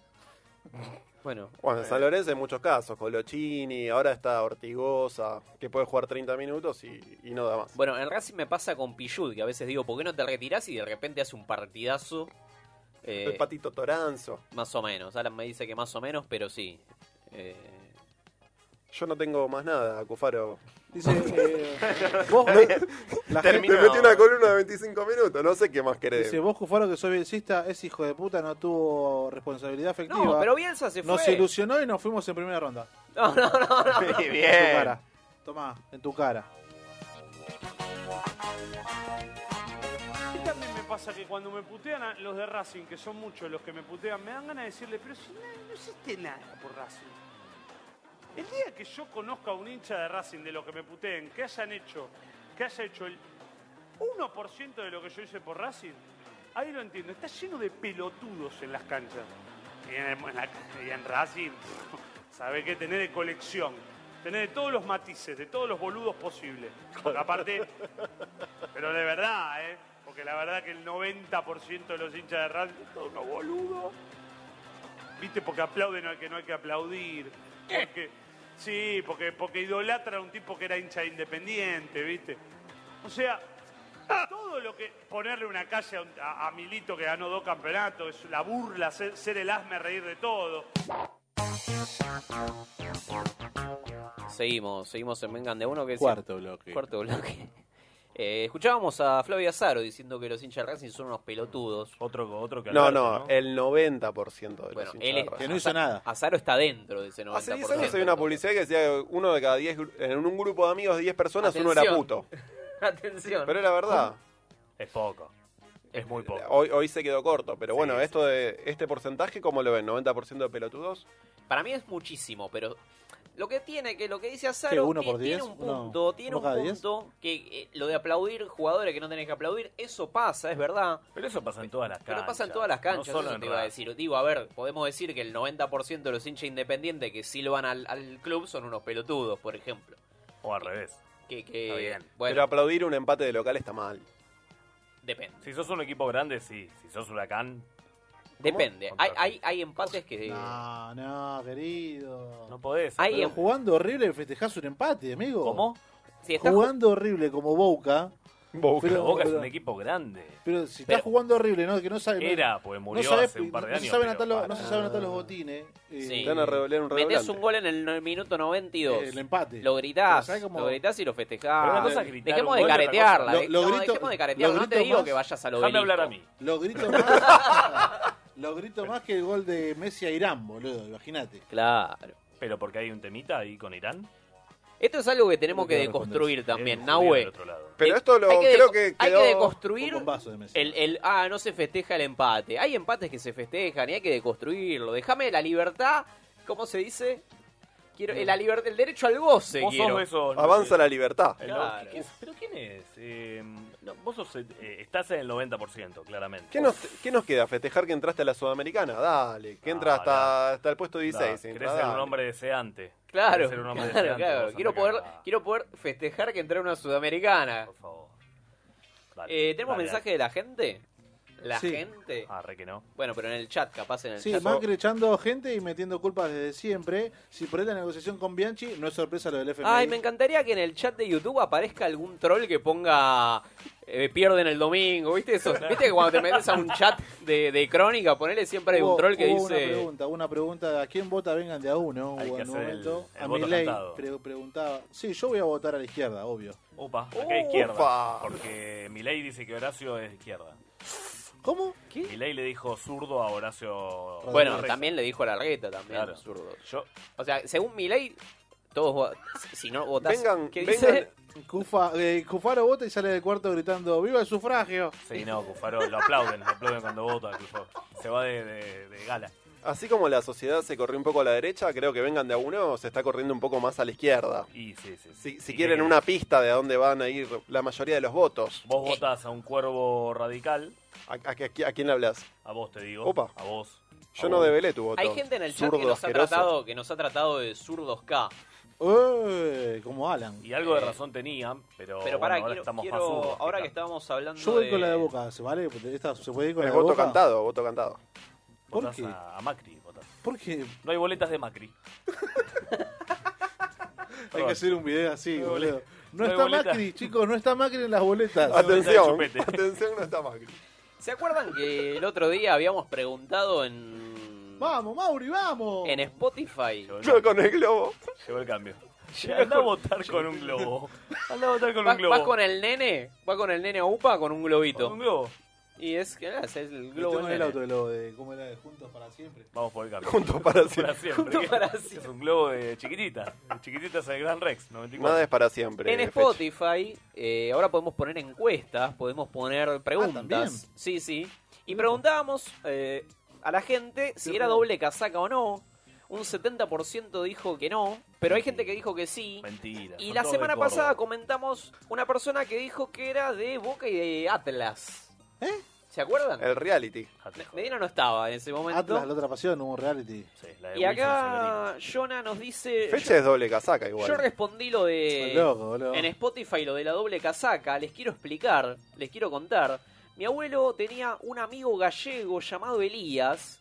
Speaker 8: Bueno.
Speaker 12: Bueno, en San Lorenzo hay muchos casos. Colochini, ahora está Ortigosa, que puede jugar 30 minutos y, y no da más.
Speaker 8: Bueno, en Racing me pasa con Pillud, que a veces digo, ¿por qué no te retirás? Y de repente hace un partidazo. Eh,
Speaker 12: El patito Toranzo.
Speaker 8: Más o menos. Alan me dice que más o menos, pero sí. Eh,
Speaker 12: Yo no tengo más nada, Cufaro. <laughs>
Speaker 9: Dice, eh, <laughs>
Speaker 12: vos
Speaker 9: la
Speaker 12: te
Speaker 9: gente-
Speaker 12: metí una columna de 25 minutos, no sé qué más querés.
Speaker 9: Dice, vos, Cufaro, que soy bielcista, es hijo de puta, no tuvo responsabilidad afectiva.
Speaker 8: No, pero Bielsa se
Speaker 9: Nos
Speaker 8: fue.
Speaker 9: ilusionó y nos fuimos en primera ronda.
Speaker 8: No, no, no, no.
Speaker 9: En tu cara. Tomá, en tu cara.
Speaker 4: Y también me pasa que cuando me putean a- los de Racing, que son muchos los que me putean, me dan ganas de decirle, pero si no, no hiciste nada por Racing. El día que yo conozca a un hincha de Racing de los que me puteen, que hayan hecho, que haya hecho el 1% de lo que yo hice por Racing, ahí lo entiendo. Está lleno de pelotudos en las canchas. Y en, en la- y en Racing, sabe que tener de colección. Tener de todos los matices, de todos los boludos posibles. Porque aparte, pero de verdad, ¿eh? Porque la verdad que el 90% de los hinchas de Racing son todos unos boludos. ¿Viste? Porque aplauden al que no hay que aplaudir. Porque, sí, porque, porque idolatra a un tipo que era hincha de independiente, ¿viste? O sea, todo lo que. Ponerle una calle a, un- a- a Milito que ganó dos campeonatos, es la burla, ser, ser el asme reír de todo.
Speaker 8: Seguimos, seguimos en Vengan de Uno. Que es-
Speaker 5: Cuarto bloque.
Speaker 8: Cuarto bloque. <laughs> Eh, escuchábamos a Flavia Zaro diciendo que los hinchas de Racing son unos pelotudos.
Speaker 10: Otro, otro que
Speaker 12: No, no,
Speaker 10: eh,
Speaker 12: el 90% de los
Speaker 8: Bueno,
Speaker 12: hinchas
Speaker 8: él
Speaker 12: de
Speaker 8: es-
Speaker 12: Racing.
Speaker 8: Asa- Azaro está dentro de ese 90%.
Speaker 12: Hace 10 años había una publicidad que decía que uno de cada 10, gru- en un grupo de amigos de 10 personas, uno era
Speaker 8: Atención.
Speaker 12: puto.
Speaker 8: <laughs> Atención.
Speaker 12: Pero es la verdad.
Speaker 10: Es poco. Es muy poco.
Speaker 12: Hoy, hoy se quedó corto, pero bueno, esto de este porcentaje, ¿cómo lo ven? ¿90% de pelotudos?
Speaker 8: Para mí es muchísimo, pero lo que tiene, que lo que dice
Speaker 12: ¿Qué,
Speaker 8: Azaro
Speaker 12: uno
Speaker 8: ti-
Speaker 12: por
Speaker 8: tiene
Speaker 12: diez?
Speaker 8: un
Speaker 12: Uno-
Speaker 8: punto, tiene
Speaker 12: uno
Speaker 8: un
Speaker 12: cada diez?
Speaker 8: punto que eh, lo de aplaudir jugadores que no tenés que aplaudir, eso pasa, es verdad.
Speaker 10: Pero eso pasa en todas las canchas.
Speaker 8: Pero pasa en todas las canchas,
Speaker 10: No solo
Speaker 8: eso
Speaker 10: en
Speaker 8: te iba a
Speaker 10: Racing.
Speaker 8: decir. Digo, a ver, podemos decir que el 90% de los hinchas independientes que silban al, al club son unos pelotudos, por ejemplo.
Speaker 10: O al revés.
Speaker 8: Que, que-
Speaker 12: Pero
Speaker 8: bueno,
Speaker 12: aplaudir un empate de local está mal.
Speaker 8: depende.
Speaker 10: Si sos un equipo grande, sí. Si sos huracán.
Speaker 8: Depende. Hay, hay, hay empates que...
Speaker 9: No, no, querido. No
Speaker 10: podés.
Speaker 8: Ahí
Speaker 9: Pero
Speaker 8: en-
Speaker 9: jugando horrible festejás un empate, amigo.
Speaker 10: ¿Cómo?
Speaker 8: Si
Speaker 10: estás
Speaker 9: jugando horrible como Boca.
Speaker 10: Boca,
Speaker 9: pero-
Speaker 10: Boca es
Speaker 9: pero-
Speaker 10: un equipo grande.
Speaker 9: Pero si estás jugando horrible, ¿no? Que no sabe, no-
Speaker 10: Era, porque murió
Speaker 9: no sabés-
Speaker 10: hace un par de
Speaker 9: no
Speaker 10: años,
Speaker 9: Se saben
Speaker 10: pero
Speaker 9: atar los, no
Speaker 10: para-
Speaker 9: se saben atar los botines. eh,
Speaker 8: Sí. Metés
Speaker 9: Metés
Speaker 8: un gol en el no- minuto 92.
Speaker 12: Eh,
Speaker 9: El empate.
Speaker 8: Lo gritás.
Speaker 9: Pero ¿sabés cómo-
Speaker 8: Lo gritás y lo
Speaker 9: Pero
Speaker 8: festejás.
Speaker 9: una cosa es gritar
Speaker 8: Dejemos
Speaker 9: un
Speaker 8: de
Speaker 9: gol y otra
Speaker 8: caretearla.
Speaker 9: cosa-
Speaker 8: de-
Speaker 9: Lo- lo
Speaker 8: no,
Speaker 9: grito-
Speaker 8: dejemos de caretearla.
Speaker 9: lo
Speaker 8: No te
Speaker 9: grito
Speaker 8: digo
Speaker 9: más-
Speaker 8: que vayas a lo
Speaker 9: Déjame
Speaker 10: hablar a mí.
Speaker 9: Los gritos Lo grito más <laughs> que el gol de Messi a Irán, boludo, imagínate.
Speaker 8: Claro.
Speaker 10: Pero porque hay un temita ahí con Irán.
Speaker 8: Esto es algo que tenemos que deconstruir también, Nahue.
Speaker 12: Pero esto lo
Speaker 8: Hay que
Speaker 12: creo
Speaker 8: deco-
Speaker 12: que
Speaker 8: hay
Speaker 12: quedó-
Speaker 8: que deconstruir
Speaker 9: de Messi.
Speaker 8: el, el, ah, no se festeja el empate. Hay empates que se festejan y hay que deconstruirlo. Déjame la libertad, ¿cómo se dice? Quiero la libertad, el derecho al goce,
Speaker 10: Vos sos
Speaker 8: quiero.
Speaker 10: de esos-
Speaker 12: Avanza la libertad.
Speaker 10: El-
Speaker 8: Claro.
Speaker 10: ¿Qué- qué- ¿Pero quién es? Eh, no, vos sos, eh, estás en el 90%, claramente.
Speaker 12: ¿Qué nos, qué nos queda? ¿Festejar que entraste a la Sudamericana? Dale, que entra
Speaker 10: Ah,
Speaker 12: hasta, hasta el puesto 16.
Speaker 10: Da,
Speaker 12: entra,
Speaker 10: querés ser un
Speaker 12: dale.
Speaker 10: hombre deseante.
Speaker 8: Claro,
Speaker 10: Querés ser un hombre
Speaker 8: claro,
Speaker 10: deseante,
Speaker 8: claro.
Speaker 10: vos,
Speaker 8: Quiero
Speaker 10: Andrés.
Speaker 8: poder, quiero poder festejar que entré a una sudamericana. Por
Speaker 10: favor.
Speaker 8: eh, ¿Tenemos mensaje de la gente? ¿La
Speaker 9: Sí.
Speaker 8: gente?
Speaker 10: Ah, re que no.
Speaker 8: Bueno, pero en el chat, capaz en el
Speaker 9: Sí,
Speaker 8: chat.
Speaker 9: Macri echando gente y metiendo culpas desde siempre. Si por ahí la negociación con Bianchi, no es sorpresa lo del FMI.
Speaker 8: Ay, me encantaría que en el chat de YouTube aparezca algún troll que ponga eh, pierden el domingo, ¿viste eso? ¿Viste que cuando te metes a un chat de, de crónica, ponele siempre hay un
Speaker 9: Hubo-
Speaker 8: troll que
Speaker 9: hubo Una
Speaker 8: dice...
Speaker 9: pregunta, una pregunta, ¿a quién vota vengan de a uno?
Speaker 8: Hay
Speaker 9: Hubo
Speaker 8: que
Speaker 9: en un
Speaker 8: hacer el-
Speaker 9: momento.
Speaker 8: el
Speaker 9: a
Speaker 8: voto
Speaker 9: Milei
Speaker 10: cantado.
Speaker 9: pre- preguntaba. Sí, yo voy a votar a la izquierda, obvio.
Speaker 10: Opa, acá hay izquierda.
Speaker 9: Ufa.
Speaker 10: Porque Milei dice que Horacio es izquierda.
Speaker 9: ¿Cómo?
Speaker 10: ¿Qué? Milei le dijo zurdo a Horacio.
Speaker 8: Bueno,
Speaker 10: Correcto.
Speaker 8: también le dijo a Largueta también,
Speaker 10: Claro.
Speaker 8: zurdo. O sea, según mi ley, todos vo- si no votás...
Speaker 12: Vengan,
Speaker 8: ¿Qué
Speaker 12: vengan.
Speaker 8: dice?
Speaker 9: Cufa, eh, Cufaro vota y sale del cuarto gritando ¡Viva el sufragio!
Speaker 10: Sí, no, Cufaro, lo aplauden, lo aplauden cuando vota, Cufaro. Se va de, de- de gala.
Speaker 12: Así como la sociedad se corrió un poco a la derecha, creo que vengan de a uno se está corriendo un poco más a la izquierda.
Speaker 10: Y sí, sí.
Speaker 12: Si, si
Speaker 10: Y
Speaker 12: quieren
Speaker 10: que-
Speaker 12: una pista de a dónde van a ir la mayoría de los votos.
Speaker 10: Vos votás a un cuervo radical.
Speaker 12: ¿A, a- a quién hablas?
Speaker 10: A vos te digo.
Speaker 12: Opa.
Speaker 10: A vos.
Speaker 12: Yo no develé tu
Speaker 8: Oh.
Speaker 12: voto.
Speaker 8: Hay gente en el chat que
Speaker 12: Zurdo
Speaker 8: nos, ha
Speaker 12: asqueroso.
Speaker 8: tratado, que nos ha tratado de zurdos K.
Speaker 9: Eh, como Alan.
Speaker 10: Y algo de razón tenían, pero,
Speaker 8: Eh, Pero
Speaker 10: bueno,
Speaker 8: pará,
Speaker 10: Oh, ahora
Speaker 8: quiero-
Speaker 10: estamos
Speaker 8: quiero-
Speaker 10: más zurdos.
Speaker 8: ahora que estábamos hablando
Speaker 9: Yo voy
Speaker 8: de...
Speaker 9: con la de Boca, ¿se ¿vale? Esta, ¿Se puede ir con
Speaker 12: Es
Speaker 9: la de
Speaker 12: voto
Speaker 9: Boca?
Speaker 12: cantado,
Speaker 9: <laughs>
Speaker 12: voto cantado.
Speaker 9: ¿Por
Speaker 10: Votás
Speaker 9: qué?
Speaker 10: a, a Macri. votás.
Speaker 9: ¿Por qué?
Speaker 10: No hay boletas de Macri.
Speaker 9: Hay que hacer un video así,
Speaker 12: No hay
Speaker 9: boludo.
Speaker 12: boleta.
Speaker 9: No
Speaker 12: No hay
Speaker 9: está
Speaker 12: boleta.
Speaker 9: Macri, chicos, no está Macri en las boletas.
Speaker 12: <laughs> Atención, atención, no
Speaker 9: <laughs>
Speaker 12: está Macri.
Speaker 8: ¿Se acuerdan que el otro día habíamos preguntado en,
Speaker 9: ¡Vamos, Mauri, vamos!
Speaker 8: en Spotify?
Speaker 12: Yo con el globo. <laughs>
Speaker 10: Llegó
Speaker 9: <laughs>
Speaker 10: el cambio. Anda a votar con un globo. Anda a votar con
Speaker 8: Va-
Speaker 10: un globo.
Speaker 8: ¿Vas con el nene? ¿Vas con el nene a UPA con un globito?
Speaker 10: ¿Con un globo?
Speaker 8: Y es que nada, es el
Speaker 9: Yo
Speaker 8: globo.
Speaker 9: tengo
Speaker 8: del
Speaker 9: el
Speaker 8: nene. <laughs>
Speaker 9: auto de lo de cómo era de juntos para siempre.
Speaker 10: Vamos por el cambio.
Speaker 12: Juntos para siempre.
Speaker 10: Juntos para siempre. Es un globo de chiquitita. De chiquitita es el Gran Rex. 94.
Speaker 12: Nada es para siempre.
Speaker 8: En
Speaker 12: Fecha.
Speaker 8: Spotify, eh, ahora podemos poner encuestas, podemos
Speaker 9: Ah,
Speaker 8: poner preguntas. sí, sí. Y preguntábamos eh, a la gente si era doble casaca o no. Un 70% dijo que no, pero hay gente que dijo que sí.
Speaker 10: Mentira.
Speaker 8: Y
Speaker 10: son
Speaker 8: la
Speaker 10: todos de
Speaker 8: semana
Speaker 10: Córdoba.
Speaker 8: pasada comentamos una persona que dijo que era de Boca y de Atlas.
Speaker 9: ¿Eh?
Speaker 8: ¿Se acuerdan?
Speaker 12: El
Speaker 8: Eh,
Speaker 12: reality.
Speaker 8: Medina no estaba en ese momento.
Speaker 9: Atlas, la otra pasión, hubo un reality.
Speaker 8: y acá Jonah nos dice...
Speaker 12: Fecha es doble casaca
Speaker 8: yo,
Speaker 12: igual.
Speaker 8: yo respondí lo de...
Speaker 12: Sos loco, boludo.
Speaker 8: En Spotify lo de la doble casaca. Les quiero explicar, les quiero contar. Mi abuelo tenía un amigo gallego llamado Elías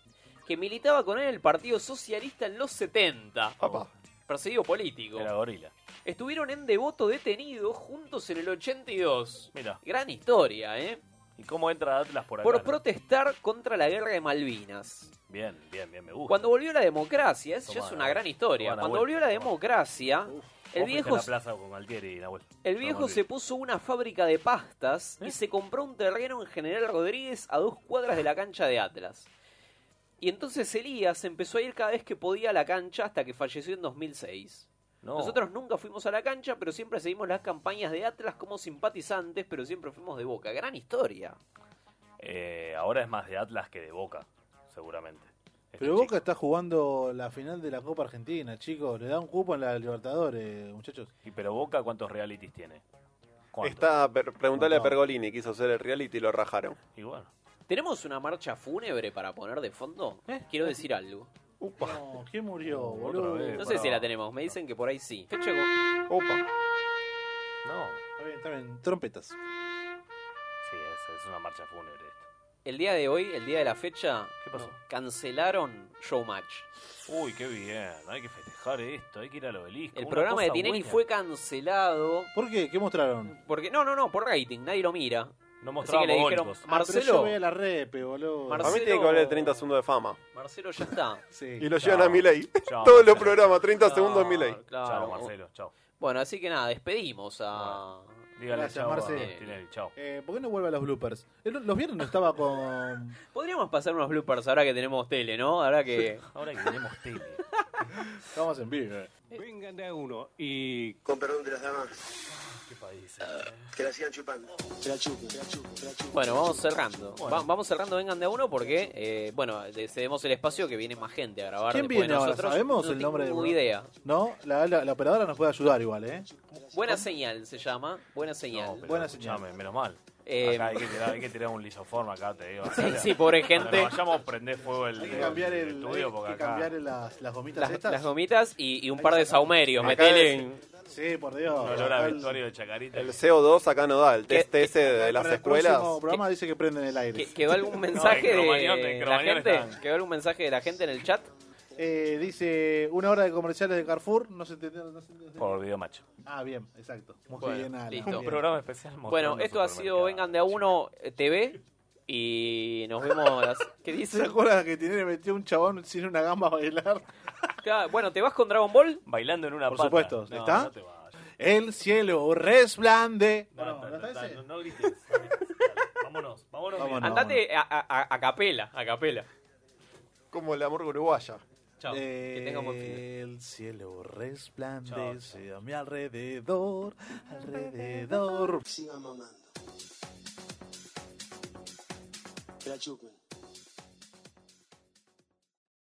Speaker 8: que militaba con él en el Partido Socialista en los 70.
Speaker 12: Ah.
Speaker 8: Perseguido político.
Speaker 10: Era gorila.
Speaker 8: Estuvieron en Devoto detenidos juntos en el 82.
Speaker 10: Mira.
Speaker 8: Gran historia, ¿eh?
Speaker 10: ¿Y cómo entra Atlas por acá?
Speaker 8: Por
Speaker 10: no?
Speaker 8: protestar contra la guerra de Malvinas.
Speaker 10: Bien, bien, bien, me gusta.
Speaker 8: Cuando volvió la democracia, eso ya
Speaker 10: Tomá,
Speaker 8: es una
Speaker 10: Nahuel.
Speaker 8: gran historia.
Speaker 10: Tomá,
Speaker 8: Cuando
Speaker 10: Nahuel.
Speaker 8: volvió la democracia, el
Speaker 10: Vos fuiste
Speaker 8: viejo,
Speaker 10: a la plaza con Galtieri y Nahuel.
Speaker 8: el viejo se puso una fábrica de pastas y se compró un terreno en General Rodríguez a dos cuadras de la cancha de Atlas. Y entonces Elías empezó a ir cada vez que podía a la cancha hasta que falleció en 2006.
Speaker 10: No.
Speaker 8: Nosotros nunca fuimos a la cancha, pero siempre seguimos las campañas de Atlas como simpatizantes, pero siempre fuimos de boca. Gran historia.
Speaker 10: Eh, ahora es más de Atlas que de Boca, seguramente. Este
Speaker 9: Pero Boca está jugando la final de la Copa Argentina, chicos. Le da un cupo en la Libertadores, muchachos.
Speaker 10: ¿Y pero Boca cuántos realities tiene? ¿Cuántos?
Speaker 12: Está, per- preguntale a
Speaker 10: ¿Cuánto?
Speaker 12: Pergolini, quiso hacer el reality y lo rajaron.
Speaker 10: Y bueno.
Speaker 8: ¿Tenemos una marcha fúnebre para poner de fondo? Quiero decir algo.
Speaker 9: No, ¿quién murió, boludo?
Speaker 10: Eh,
Speaker 8: No sé si la tenemos, me dicen que por ahí sí. Fecha de-
Speaker 10: No.
Speaker 9: Está bien, está bien. Trompetas.
Speaker 10: Sí, es, es una marcha fúnebre.
Speaker 8: El día de hoy, el día de la fecha,
Speaker 10: pasó?
Speaker 8: cancelaron Showmatch.
Speaker 10: Uy, qué bien. Hay que festejar esto, hay que ir al obelisco.
Speaker 8: El
Speaker 10: una
Speaker 8: programa de
Speaker 10: cosa
Speaker 8: Tinelli
Speaker 10: buena.
Speaker 8: fue cancelado
Speaker 9: ¿Por qué? ¿Qué mostraron?
Speaker 8: porque no, no, no, por rating, nadie lo mira.
Speaker 10: No
Speaker 8: Así que le dijeron,
Speaker 9: Ah, pero yo
Speaker 8: Marcelo,
Speaker 9: veía la repe, boludo.
Speaker 12: A mí tiene que valer 30 segundos de fama.
Speaker 8: Marcelo ya está.
Speaker 12: <laughs> Y lo llevan a Milei.
Speaker 10: Chao,
Speaker 12: <laughs> Todos los
Speaker 10: Marcelo.
Speaker 12: programas, 30 segundos
Speaker 10: Chao,
Speaker 12: Milei.
Speaker 8: Ah, claro.
Speaker 10: Chao, Marcelo, chao.
Speaker 8: Bueno, así que nada, despedimos a.
Speaker 9: Gracias, Marce. Eh, ¿Por qué no vuelve a los bloopers? El- Los viernes no estaba con.
Speaker 8: Podríamos pasar unos bloopers ahora que tenemos tele, ¿no? Ahora
Speaker 10: <laughs>
Speaker 8: que.
Speaker 10: Ahora que tenemos tele.
Speaker 9: Estamos en vivo.
Speaker 5: Vengan de a uno y. Con perdón de las damas.
Speaker 10: ¿Qué país?
Speaker 5: Que la sigan chupando. Que la chupen, que la chupen, que la chupen.
Speaker 8: Bueno, vamos cerrando.
Speaker 5: Bueno.
Speaker 8: Va- vamos cerrando, vengan de a uno porque, eh, bueno, le cedemos el espacio que viene más gente a grabar.
Speaker 9: ¿Quién
Speaker 8: después de
Speaker 9: viene ahora?
Speaker 8: nosotros.
Speaker 9: ¿Sabemos
Speaker 8: No
Speaker 9: el nombre
Speaker 8: tengo
Speaker 9: del-
Speaker 8: idea.
Speaker 9: No, la, la- la operadora nos puede ayudar igual, ¿eh?
Speaker 8: Buena señal se llama. Buena señal.
Speaker 10: Buena señal. Menos mal.
Speaker 8: Eh,
Speaker 10: acá hay que, tirar, hay que tirar un lisoform acá, te digo.
Speaker 8: Sí, sí, pobre gente.
Speaker 10: Cuando vayamos a prender fuego el,
Speaker 8: Hay que
Speaker 10: el
Speaker 8: cambiar el-
Speaker 10: estudio
Speaker 8: hay
Speaker 10: porque
Speaker 8: que
Speaker 10: acá...
Speaker 9: Cambiarle las, las gomitas
Speaker 8: Las,
Speaker 9: estas.
Speaker 8: las gomitas y, y un par de saumerios.
Speaker 12: Acá
Speaker 8: Metele.
Speaker 12: es-
Speaker 8: en-
Speaker 9: Sí, por Dios.
Speaker 10: Un olor a vestuario de chacarita.
Speaker 12: El CO2 acá no da, el test ese de las
Speaker 9: Para el
Speaker 12: escuelas.
Speaker 9: próximo programa dice que prenden el aire.
Speaker 8: ¿Quedó algún mensaje
Speaker 12: Cromañón, en
Speaker 8: de la
Speaker 12: Cromañón
Speaker 8: gente?
Speaker 12: están.
Speaker 8: ¿Quedó algún mensaje de la gente en el chat?
Speaker 9: Eh, dice una hora de comerciales de Carrefour. No se entendió. No se entendió.
Speaker 10: Por video macho.
Speaker 9: Ah, bien, exacto. Muy
Speaker 8: Bueno,
Speaker 9: bien, Alan,
Speaker 8: listo.
Speaker 9: bien.
Speaker 8: Un programa
Speaker 10: especial
Speaker 8: Bueno, esto ha sido Vengan de a uno eh, TV y nos vemos. a las- ¿Qué
Speaker 9: ¿Se
Speaker 8: dice?
Speaker 9: acuerdas que tiene metió un chabón sin una gamba a bailar?
Speaker 8: Claro, Bueno, ¿te vas con Dragon Ball?
Speaker 10: Bailando en una
Speaker 9: Por
Speaker 10: pata.
Speaker 9: supuesto,
Speaker 10: No,
Speaker 9: ¿está?
Speaker 10: no te va.
Speaker 9: El cielo resplande.
Speaker 10: No, no, no, no, no grites. <laughs> Vámonos, vámonos.
Speaker 9: Vámonos,
Speaker 8: Andate a, a- a- a capela, a capela.
Speaker 12: Como el amor uruguaya.
Speaker 8: Chao. que tenga un buen fin.
Speaker 9: El cielo resplandece a mi alrededor, alrededor.
Speaker 5: Sigan mamando. Que la chupen.